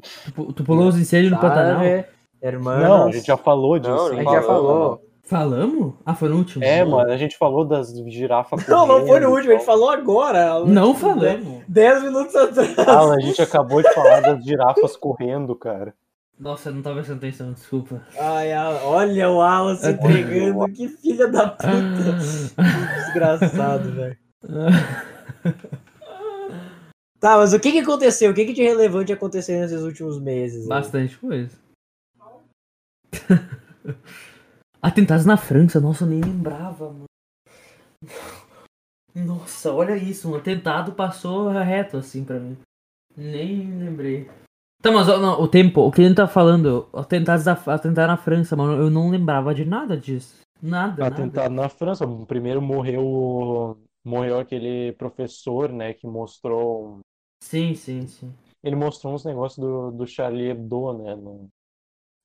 Tu, pu- tu pulou os incêndios no Sabe? Tá, Pantanal? né? Irmãos. Não, a gente já falou disso. Não, a hein? gente já falou. Falamos? Ah, foi no último. É, mano, a gente falou das girafas. Não, não foi correndo no e último, a gente tal. falou agora. Não Dez- falamos. Dez minutos atrás. Ah, a gente acabou de falar das girafas correndo, cara. Nossa, eu não tava prestando atenção, desculpa. Ai, Alan, olha o Alan se entregando, que filha da puta. Ah. Desgraçado, velho. Tá, mas o que, que aconteceu? O que, que de relevante aconteceu nesses últimos meses? né? Bastante coisa. Atentados na França, nossa, eu nem lembrava, mano. Nossa, olha isso, um atentado passou reto assim pra mim. Nem lembrei. Tá, mas ó, não, o tempo, o que ele tá falando, atentados da, atentado na França, mano, eu não lembrava de nada disso. Nada, nada. Atentado na França. Primeiro morreu o- morreu aquele professor, né, que mostrou. Sim, sim, sim. Ele mostrou uns negócios do, do Charlie Hebdo, né, no-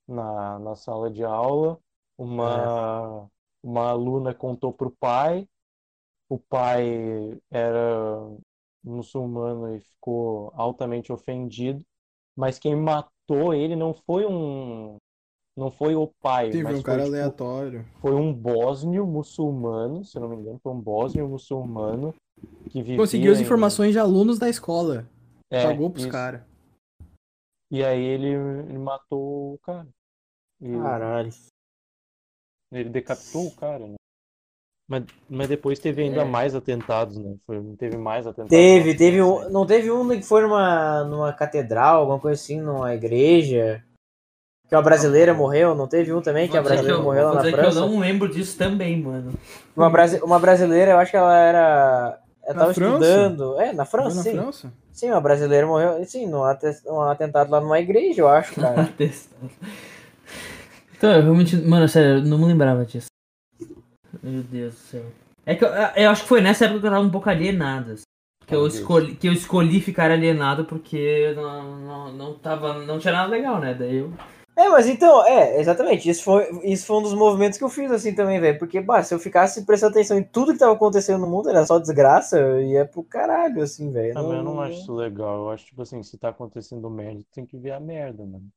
na, na sala de aula. Uma, É. uma aluna contou pro pai. O pai era muçulmano e ficou altamente ofendido. Mas quem matou ele não foi um, não foi o pai, Teve mas um foi, cara tipo, aleatório. foi um bósnio muçulmano, se eu não me engano, foi um bósnio muçulmano que vivia Conseguiu as em- informações de alunos da escola. É, Pagou pros isso. caras. E aí ele, ele matou o cara. E Caralho. ele decapitou o cara, né? Mas, mas depois teve ainda É. mais atentados, né? Foi, teve mais atentados. assim, Teve, na teve França, um. Não teve um que foi numa, numa catedral, alguma coisa assim, numa igreja. Que a brasileira morreu, não teve um também que a Vou dizer brasileira eu- morreu vou lá na dizer que França? eu não lembro disso também, mano. Uma, brasi- uma brasileira, eu acho que ela era. Ela Na tava França? estudando. É, na Foi França, na sim. França? Sim, uma brasileira morreu. Sim, num ates- num atentado lá numa igreja, eu acho, cara. Atestado. Então, eu realmente. Mano, sério, eu não me lembrava disso. Meu Deus do céu. É que eu, eu acho que foi nessa época que eu tava um pouco alienado. assim. Que eu, Talvez. escolhi, que eu escolhi ficar alienado porque eu não, não, não, tava, não tinha nada legal, né? Daí eu. é, mas então, é, exatamente. Isso foi, isso foi um dos movimentos que eu fiz assim também, velho. Porque, bah, se eu ficasse prestando atenção em tudo que tava acontecendo no mundo, era só desgraça, eu ia pro caralho, assim, velho. Ah, mas eu não acho isso legal. Eu acho, tipo assim, se tá acontecendo merda, tu tem que ver a merda, mano.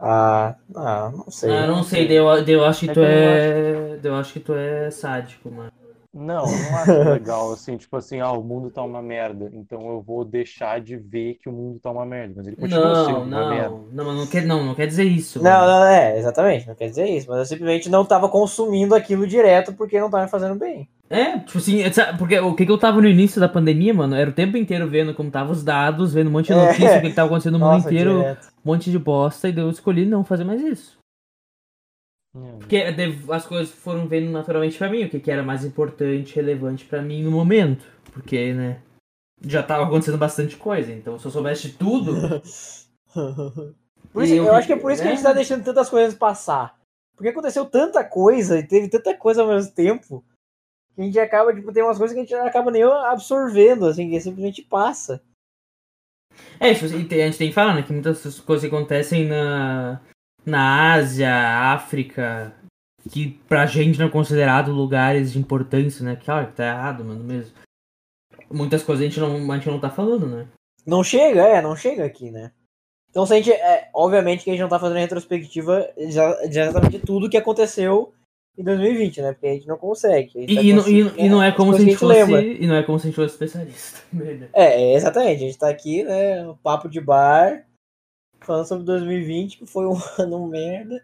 Ah, ah, não sei. Ah, eu não sei, daí eu, daí eu acho que É que tu eu é. daí Eu acho que tu é sádico, mano. Não, eu não acho legal, assim, tipo assim, ah, o mundo tá uma merda, então eu vou deixar de ver que o mundo tá uma merda. Mas ele continua sendo Não, uma merda. não. Não, mas não quer, não, não quer dizer isso. Não, mano. não, é, exatamente, não quer dizer isso, mas eu simplesmente não tava consumindo aquilo direto porque não tava me fazendo bem. É, tipo assim, é, sabe, porque o que que eu tava no início da pandemia, mano, era o tempo inteiro vendo como tava os dados, vendo um monte de É. notícia, o que que tava acontecendo no mundo Nossa, inteiro, direto. um monte de bosta, e daí eu escolhi não fazer mais isso. É. Porque de- as coisas foram vendo naturalmente pra mim, o que que era mais importante, relevante pra mim no momento. Porque, né, já tava acontecendo bastante coisa, então se eu soubesse de tudo, Por isso- E eu, eu- né? acho que é por isso que a gente tá deixando tantas coisas passar. Porque aconteceu tanta coisa e teve tanta coisa ao mesmo tempo que a gente acaba, tipo, tem umas coisas que a gente não acaba nem absorvendo, assim, que simplesmente passa. é, tipo, assim, tem- a gente tem que falar, né, que muitas das coisas que acontecem na, na Ásia, África, que pra gente não é considerado lugares de importância, né, que, olha, tá errado, mano, mesmo. Muitas coisas a gente não, a gente não tá falando, né. Não chega, é, não chega aqui, né? Então, se a gente, é, obviamente que a gente não tá fazendo retrospectiva já, de exatamente tudo que aconteceu em 2020, né? Porque a gente não consegue. A gente tá E, e não- e, conseguindo- e não é as como se a coisas gente que lembra. fosse. E não é como se a gente fosse especialista. Melhor. É, é, exatamente. A gente tá aqui, né? No papo de bar, falando sobre 2020, que foi um ano merda.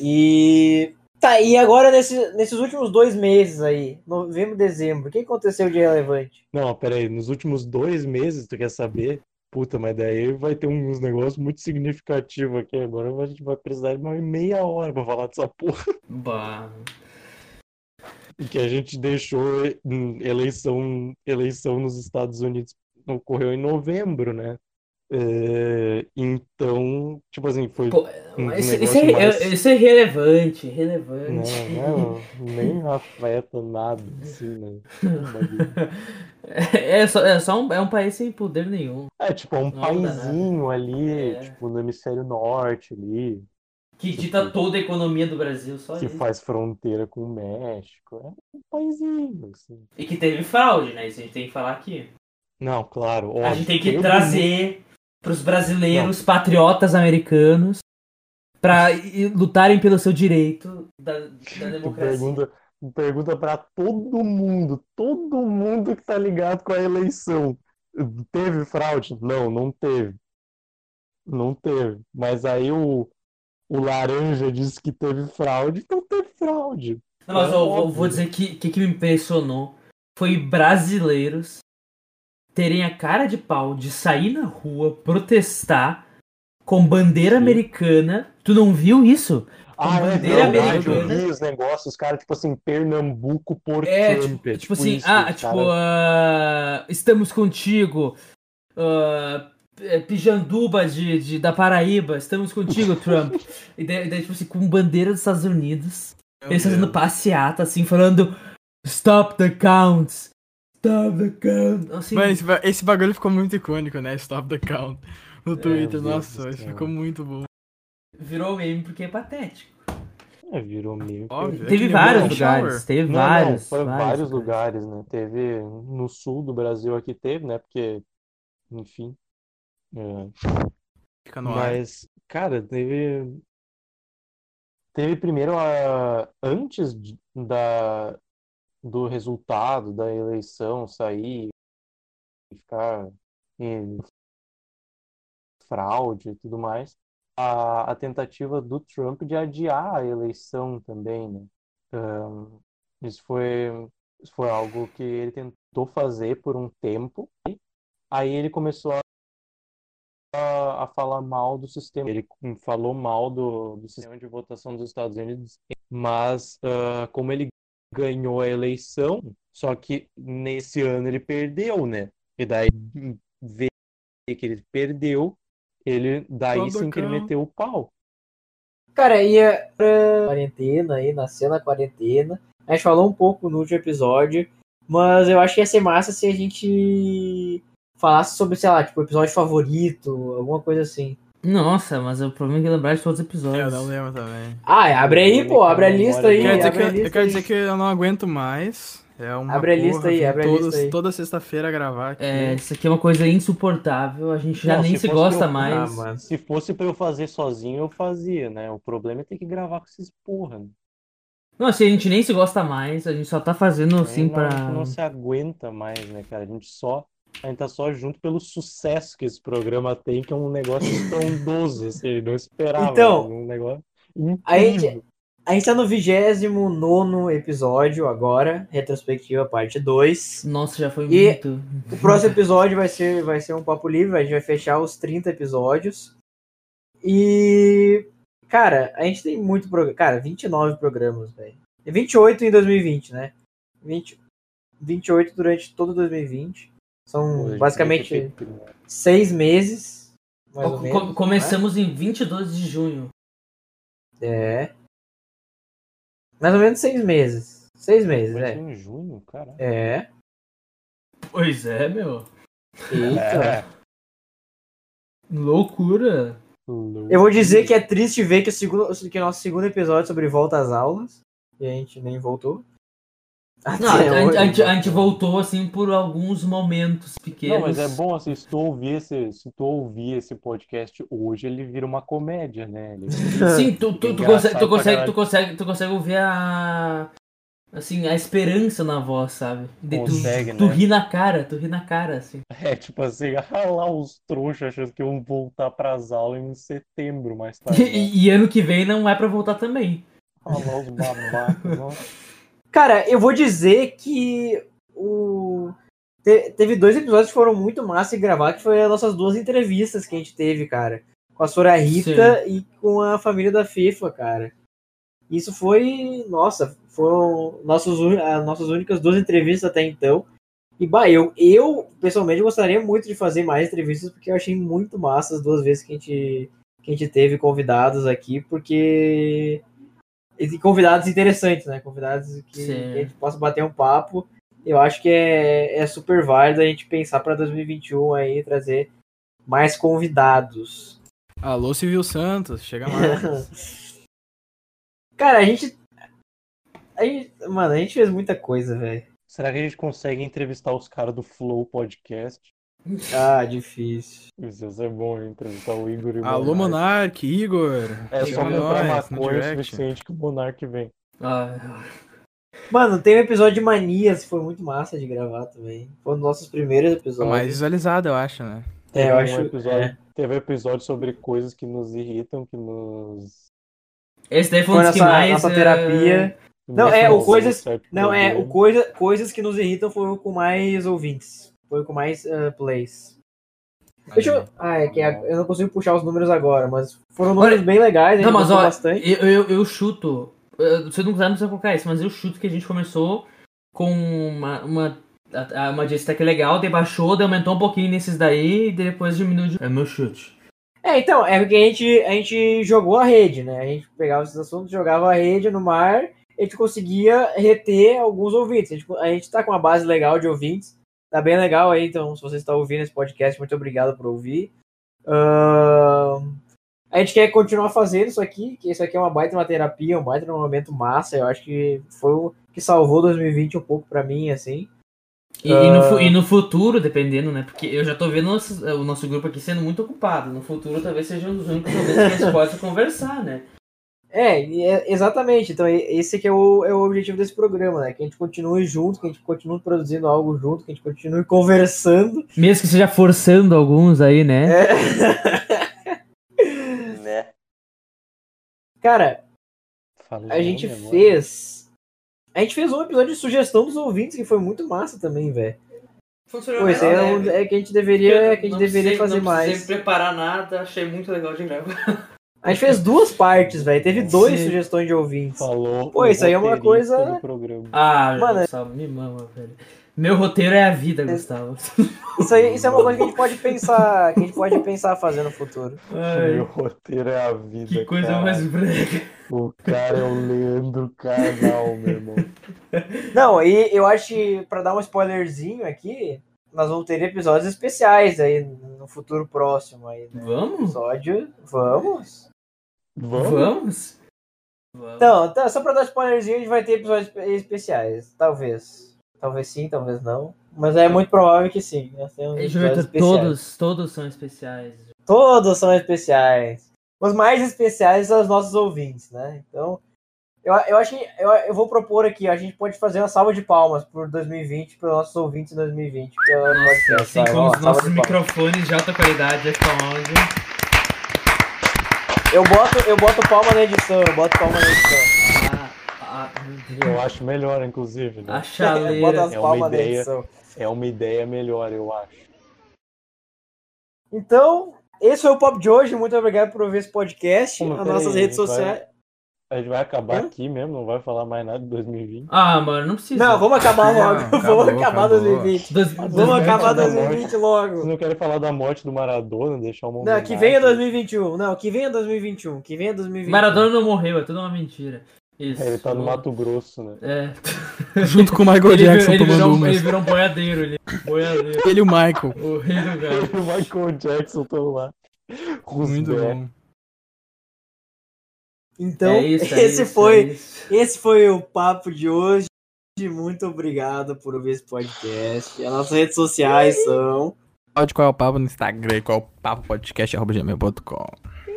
E. Tá, e agora nesse- nesses últimos dois meses aí, novembro e dezembro, o que aconteceu de relevante? Não, peraí, nos últimos dois meses, tu quer saber? Puta, mas daí vai ter uns negócios muito significativos aqui. Agora a gente vai precisar de mais meia hora pra falar dessa porra. Bah. Que a gente deixou hum, eleição, eleição nos Estados Unidos ocorreu em novembro, né? É, então, tipo assim, foi. Pô, Um mas isso, isso negócio é, mais- é- isso é relevante, relevante. Não, não, né, nem afeta nada, assim, né? É, é só, é só um, é um país sem poder nenhum. É tipo, é um Não dá né? nada. paizinho ali, É. tipo, no hemisfério norte ali. Que Tipo, dita toda a economia do Brasil, só que isso. faz fronteira com o México. É um paizinho, assim. E que teve fraude, né? Isso a gente tem que falar aqui. Não, claro, A óbvio. gente tem que todo mundo- trazer pros brasileiros, patriotas americanos, pra i- lutarem pelo seu direito da, da Tu democracia. Tipo, pergunta, tu pergunta pra todo mundo, todo mundo que tá ligado com a eleição. Teve fraude? Não, não teve. Não teve. Mas aí o, o laranja disse que teve fraude, então teve fraude. Não, É mas eu, vou- vou dizer que o que, que me impressionou foi brasileiros terem a cara de pau de sair na rua, protestar com bandeira Sim. americana. Tu não viu isso? Ah, é bandeira verdade, eu americana. vi os negócios, os caras, tipo assim, Pernambuco por É, Trump. tipo, é tipo assim, isso, ah, os tipo, caras- ah, estamos contigo, ah, é, Pijanduba de, de- da Paraíba, estamos contigo, Trump. e daí, daí, tipo assim, com bandeira dos Estados Unidos, é eles fazendo passeata, assim, falando, stop the counts, stop the count. Assim, Mano, esse, ba- esse bagulho ficou muito icônico, né? Stop the count. É, No Twitter, meu nossa, Deus do isso céu. ficou muito bom. virou meme porque é patético. É, virou meio. Óbvio. É que Teve nem vários Golden lugares, Shower. Não, teve não, vários, foram vários vários lugares, né? Teve no sul do Brasil aqui teve, né? Porque, enfim. é, Fica no ar. Mas, cara, teve. Teve primeiro a. Antes de- da, do resultado da eleição sair e ficar em fraude e tudo mais, a, a tentativa do Trump de adiar a eleição também, né? Ahn, isso foi, isso foi algo que ele tentou fazer por um tempo, e aí ele começou a a, a falar mal do sistema. Ele hum, falou mal do, do sistema de votação dos Estados Unidos, mas ah, como ele ganhou a eleição, só que nesse ano ele perdeu, né? E daí hum, vê que ele perdeu, ele daí Todo sim que ele cão. meteu o pau. Cara, e a a quarentena aí, nasceu na quarentena. A gente falou um pouco no último episódio, mas eu acho que ia ser massa se a gente falasse sobre, sei lá, tipo, episódio favorito, alguma coisa assim. Nossa, mas o problema é que lembrar de todos os É, eu episódios. né? não lembro também. Ah, é, abre aí, pô, abre a lista aí. Eu quero, dizer que, abre a eu lista quero aí. dizer que eu não aguento mais. É uma Abre a lista porra aí, vir abre a todos- lista aí. Toda sexta-feira gravar aqui. É, isso aqui é uma coisa insuportável, a gente já Não, nem se se fosse gosta eu- Ah, mais. mano. Se fosse pra eu fazer sozinho, eu fazia, né? O problema é ter que gravar com esses porra, né? Não, assim, a gente nem se gosta mais, a gente só tá Então, fazendo assim Não, pra. a gente não se aguenta mais, né, cara? A gente só. A gente tá só junto pelo sucesso que esse programa tem, que é um negócio estrondoso, assim, não esperava. Então, né? um negócio a gente- incrível. A gente tá no 29 episódio agora, retrospectiva parte 2. Nossa, já foi E- muito. O próximo episódio vai ser, vai ser um papo livre, a gente vai fechar os 30 episódios. E. Cara, a gente tem muito programa. Cara, 29 programas, velho. É E 28 em 2020, né? 20, 28 durante todo 2020. Pô, a São gente basicamente devia ter feito- seis meses. Mais ou Co- menos, co- é? né? começamos em 22 de junho. É. Mais ou menos seis meses. Seis meses, Mas é. em junho, cara. É. Pois é, meu. Eita. Loucura. Eu vou dizer que é triste ver que o, segundo, que o nosso segundo episódio sobre volta às aulas. E a gente nem voltou. Não, Até é a, gente- a hoje. gente, a gente voltou assim por alguns momentos pequenos. Não, mas é bom assim, se tu ouvir esse, se tu ouvir esse podcast hoje, ele vira uma comédia, né? Ele- Sim, tu, tu, tu Engraçado consegue, pra tu, consegue, caralho. tu, consegue, tu consegue ouvir a. Assim, a esperança na voz, sabe? De- tu, Consegue, tu né? ri na cara, tu ri na cara, assim. É tipo assim, ah lá os trouxas achando que vão voltar pras aulas em setembro mais E, tarde. né? e- e ano que vem não é pra voltar também. Ah lá os babacas, nossa. Cara, eu vou dizer que o. te- teve dois episódios que foram muito massa de gravar, que foi as nossas duas entrevistas que a gente teve, cara. Com a Sora Rita e com a família da FIFA, cara. Isso foi. Nossa, foram nossos, un- as nossas únicas duas entrevistas até então. E bah, eu, eu pessoalmente gostaria muito de fazer mais entrevistas, porque eu achei muito massa as duas vezes que a gente, que a gente teve convidados aqui, porque. E tem convidados interessantes, né? Convidados que, Sim. que a gente possa bater um papo. Eu acho que é, é super válido a gente pensar para 2021 aí trazer mais convidados. Alô, Civil Santos, chega mais. Cara, a gente. A gente mano, a gente fez muita coisa, velho. Será que a gente consegue entrevistar os caras do Flow Podcast? Ah, difícil. Isso, isso é bom, hein? Entrevistar o Igor e o Alô, Monark, Igor. É Chega só comprar nós no maconha o direct. suficiente que o Monark vem. Ah, Mano, tem um episódio de manias, foi muito massa de gravar também. Foi um dos nossos primeiros Foi episódios. mais visualizado, eu acho, né? É, eu um acho. episódio- é. Teve um episódio sobre coisas que nos irritam, que nos. esse daí foi um Foi dos que nossa, mais. nossa eh, terapia. que Não, nos é, o causam coisas- certo Não, é, o problema. coisa, coisas que nos irritam foram com mais ouvintes. Foi com mais ah, plays. Deixa Uhum. eu. Ah, é que a- eu não consigo puxar os números agora, mas foram números Olha- bem legais, a gente Não, mas gostou olha, bastante. eu, eu, eu chuto. eh, Se eu não quiser, não precisa colocar isso, mas eu chuto que a gente começou com uma. uma a- a- uma dieta que é legal, daí baixou, daí aumentou um pouquinho nesses daí e depois diminuiu. de- É meu chute. É, então, é porque a gente, a gente jogou a rede, né? A gente pegava esses assuntos, jogava a rede no mar, a gente conseguia reter alguns ouvintes. A gente, a gente tá com uma base legal de ouvintes, tá bem legal aí, então se você está ouvindo esse podcast, muito obrigado por ouvir. Ahn, a gente quer continuar fazendo isso aqui, que isso aqui é uma baita uma terapia, um baita um momento massa, eu acho que foi o que salvou 2020 um pouco pra mim, assim. E, e no, fu- e no futuro, dependendo, né? Porque eu já tô vendo nosso- o nosso grupo aqui sendo muito ocupado. No futuro, talvez seja um dos únicos momentos que a gente possa conversar, né? É, e é- exatamente. Então, e- esse que é o, é o objetivo desse programa, né? Que a gente continue junto, que a gente continue produzindo algo junto, que a gente continue conversando. Mesmo que seja forçando alguns aí, né? Né? Cara, Fala a o gente nome agora. fez. A gente fez um episódio de sugestão dos ouvintes, que foi muito massa também, velho. Funcionou né? Pois é, é, um- é que a gente deveria, é que a gente deveria fazer mais. Sem preparar nada, achei muito legal de gravar. A gente fez duas partes, velho. Teve duas Sim. sugestões de ouvintes. Falou. Pô, o isso aí é uma roteirista coisa- do programa. Ah, Mano, é- Gustavo, me mama, velho. Meu roteiro é a vida, Gustavo. Isso, aí, isso é uma coisa que a gente pode pensar, que a gente pode pensar fazer no futuro. Ai, Meu roteiro é a vida. que coisa cara. mais brega. O cara é o Leandro Canal, meu irmão. Não, e eu acho que pra dar um spoilerzinho aqui, nós vamos ter episódios especiais aí no futuro próximo aí, né? Vamos? Episódio, vamos? Vamos? Vamos? Vamos. Então, tá, só pra dar spoilerzinho, a gente vai ter episódios espe- especiais, talvez. Talvez sim, talvez não. Mas é muito provável que sim. Nós temos Ei, episódios Júlio, especiais. todos, todos são especiais. Todos são especiais. Os mais especiais são os nossos ouvintes, né? Então, eu, eu acho que eu, eu vou propor aqui, a gente pode fazer uma salva de palmas por 2020, para nossos ouvintes em 2020. pelo Nossa, podcast, assim vai, como ó, os salva nossos de palmas. microfones de alta qualidade, com áudio. Eu boto, eu boto palma na edição, eu boto palma na edição. Ah, ah, meu Eu Deus. acho melhor, inclusive. Né? A Eu boto chaleira. as É uma palmas na ideia. edição. É uma ideia melhor, eu acho. Então, esse foi o Pop de hoje. Muito obrigado por ouvir esse podcast. Pô, mas As peraí, é? nossas redes vai- sociais. A gente vai acabar Hã? aqui mesmo, não vai falar mais nada de 2020. Ah, mano, não precisa. Não, vamos acabar Não, logo. acabou, vamos acabar acabou. 2020. Dois- dois- Vamos acabar acabou. 2020 logo. Vocês não querem falar da morte do Maradona, deixar uma Não, que homenagem? venha 2021. Não, que venha 2021. Que venha 2021. Maradona não morreu, é tudo uma mentira. Isso. É, ele tá no vamos- Mato Grosso, né? É. Junto com o Michael Ele, vir- Jackson ele tomando virou, um- umas. ele virou um boiadeiro, ele boiadeiro. Ele e o Michael. O rei do É. gado. O Michael Jackson estão lá. Muito Rusbeck. bom. Então, É isso, é esse isso, foi, é isso. esse foi o papo de hoje. Muito obrigado por ouvir esse podcast. As nossas redes sociais são. Pode qual é o papo no Instagram, qual é o papo podcast, arroba gmail.com.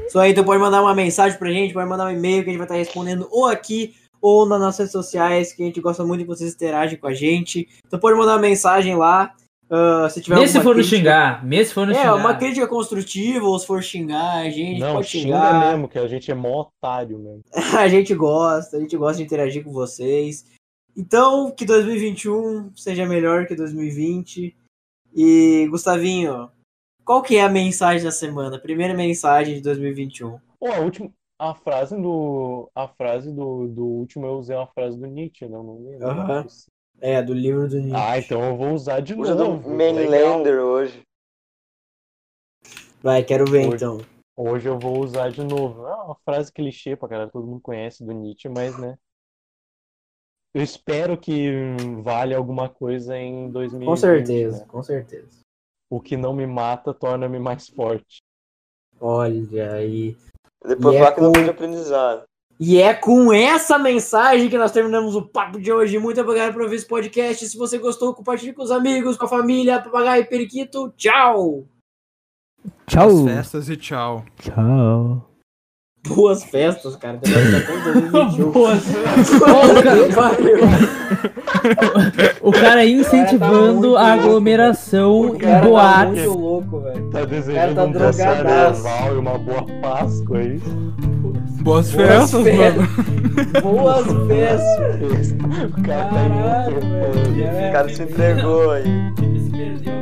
Isso aí, então pode mandar uma mensagem pra gente, pode mandar um e-mail que a gente vai estar respondendo ou aqui ou nas nossas redes sociais, que a gente gosta muito que vocês interagem com a gente. Então pode mandar uma mensagem lá. ah, se tiver Mesmo se alguma for no crítica- xingar, mesmo se for no É, xingar. uma crítica construtiva, ou se for xingar a gente, Não, pode xinga xingar. mesmo, que a gente é mó otário mesmo. A gente gosta, a gente gosta de interagir com vocês. Então, que 2021 seja melhor que 2020. E, Gustavinho, qual que é a mensagem da semana? Primeira mensagem de 2021. Pô, a última. A frase do. A frase do, do último eu usei uma frase do Nietzsche, né? não, não lembro. Aham. É, do livro do Nietzsche. Ah, então eu vou usar de Usa do novo. Legal. Mainlander hoje. Vai, quero ver Hoje. então. Hoje eu vou usar de novo. É uma frase clichê pra caralho, todo mundo conhece do Nietzsche, mas né. Eu espero que hum, valha alguma coisa em 2020. Com certeza, né? com certeza. O que não me mata torna-me mais forte. Olha aí. Depois E é fala que não com- pude aprendizado. E é com essa mensagem que nós terminamos o papo de hoje. Muito obrigado por ouvir esse podcast. Se você gostou, compartilhe com os amigos, com a família, papagaio e periquito. Tchau! Tchau. Boas festas e tchau. Tchau. Boas festas, cara. Tem que dar conta do vídeo. Boas. Puta que pariu. O cara tá muito incentivando a louco. Um aglomeração O e cara tá boates. muito louco, velho. Tá cara desejando tá um bom drogadaço. carnaval e uma boa Páscoa, é isso? Boas, festas, mano. Boas festas. O cara tá Caralho, em outro velho. O cara se entregou aí. Ele se perdeu.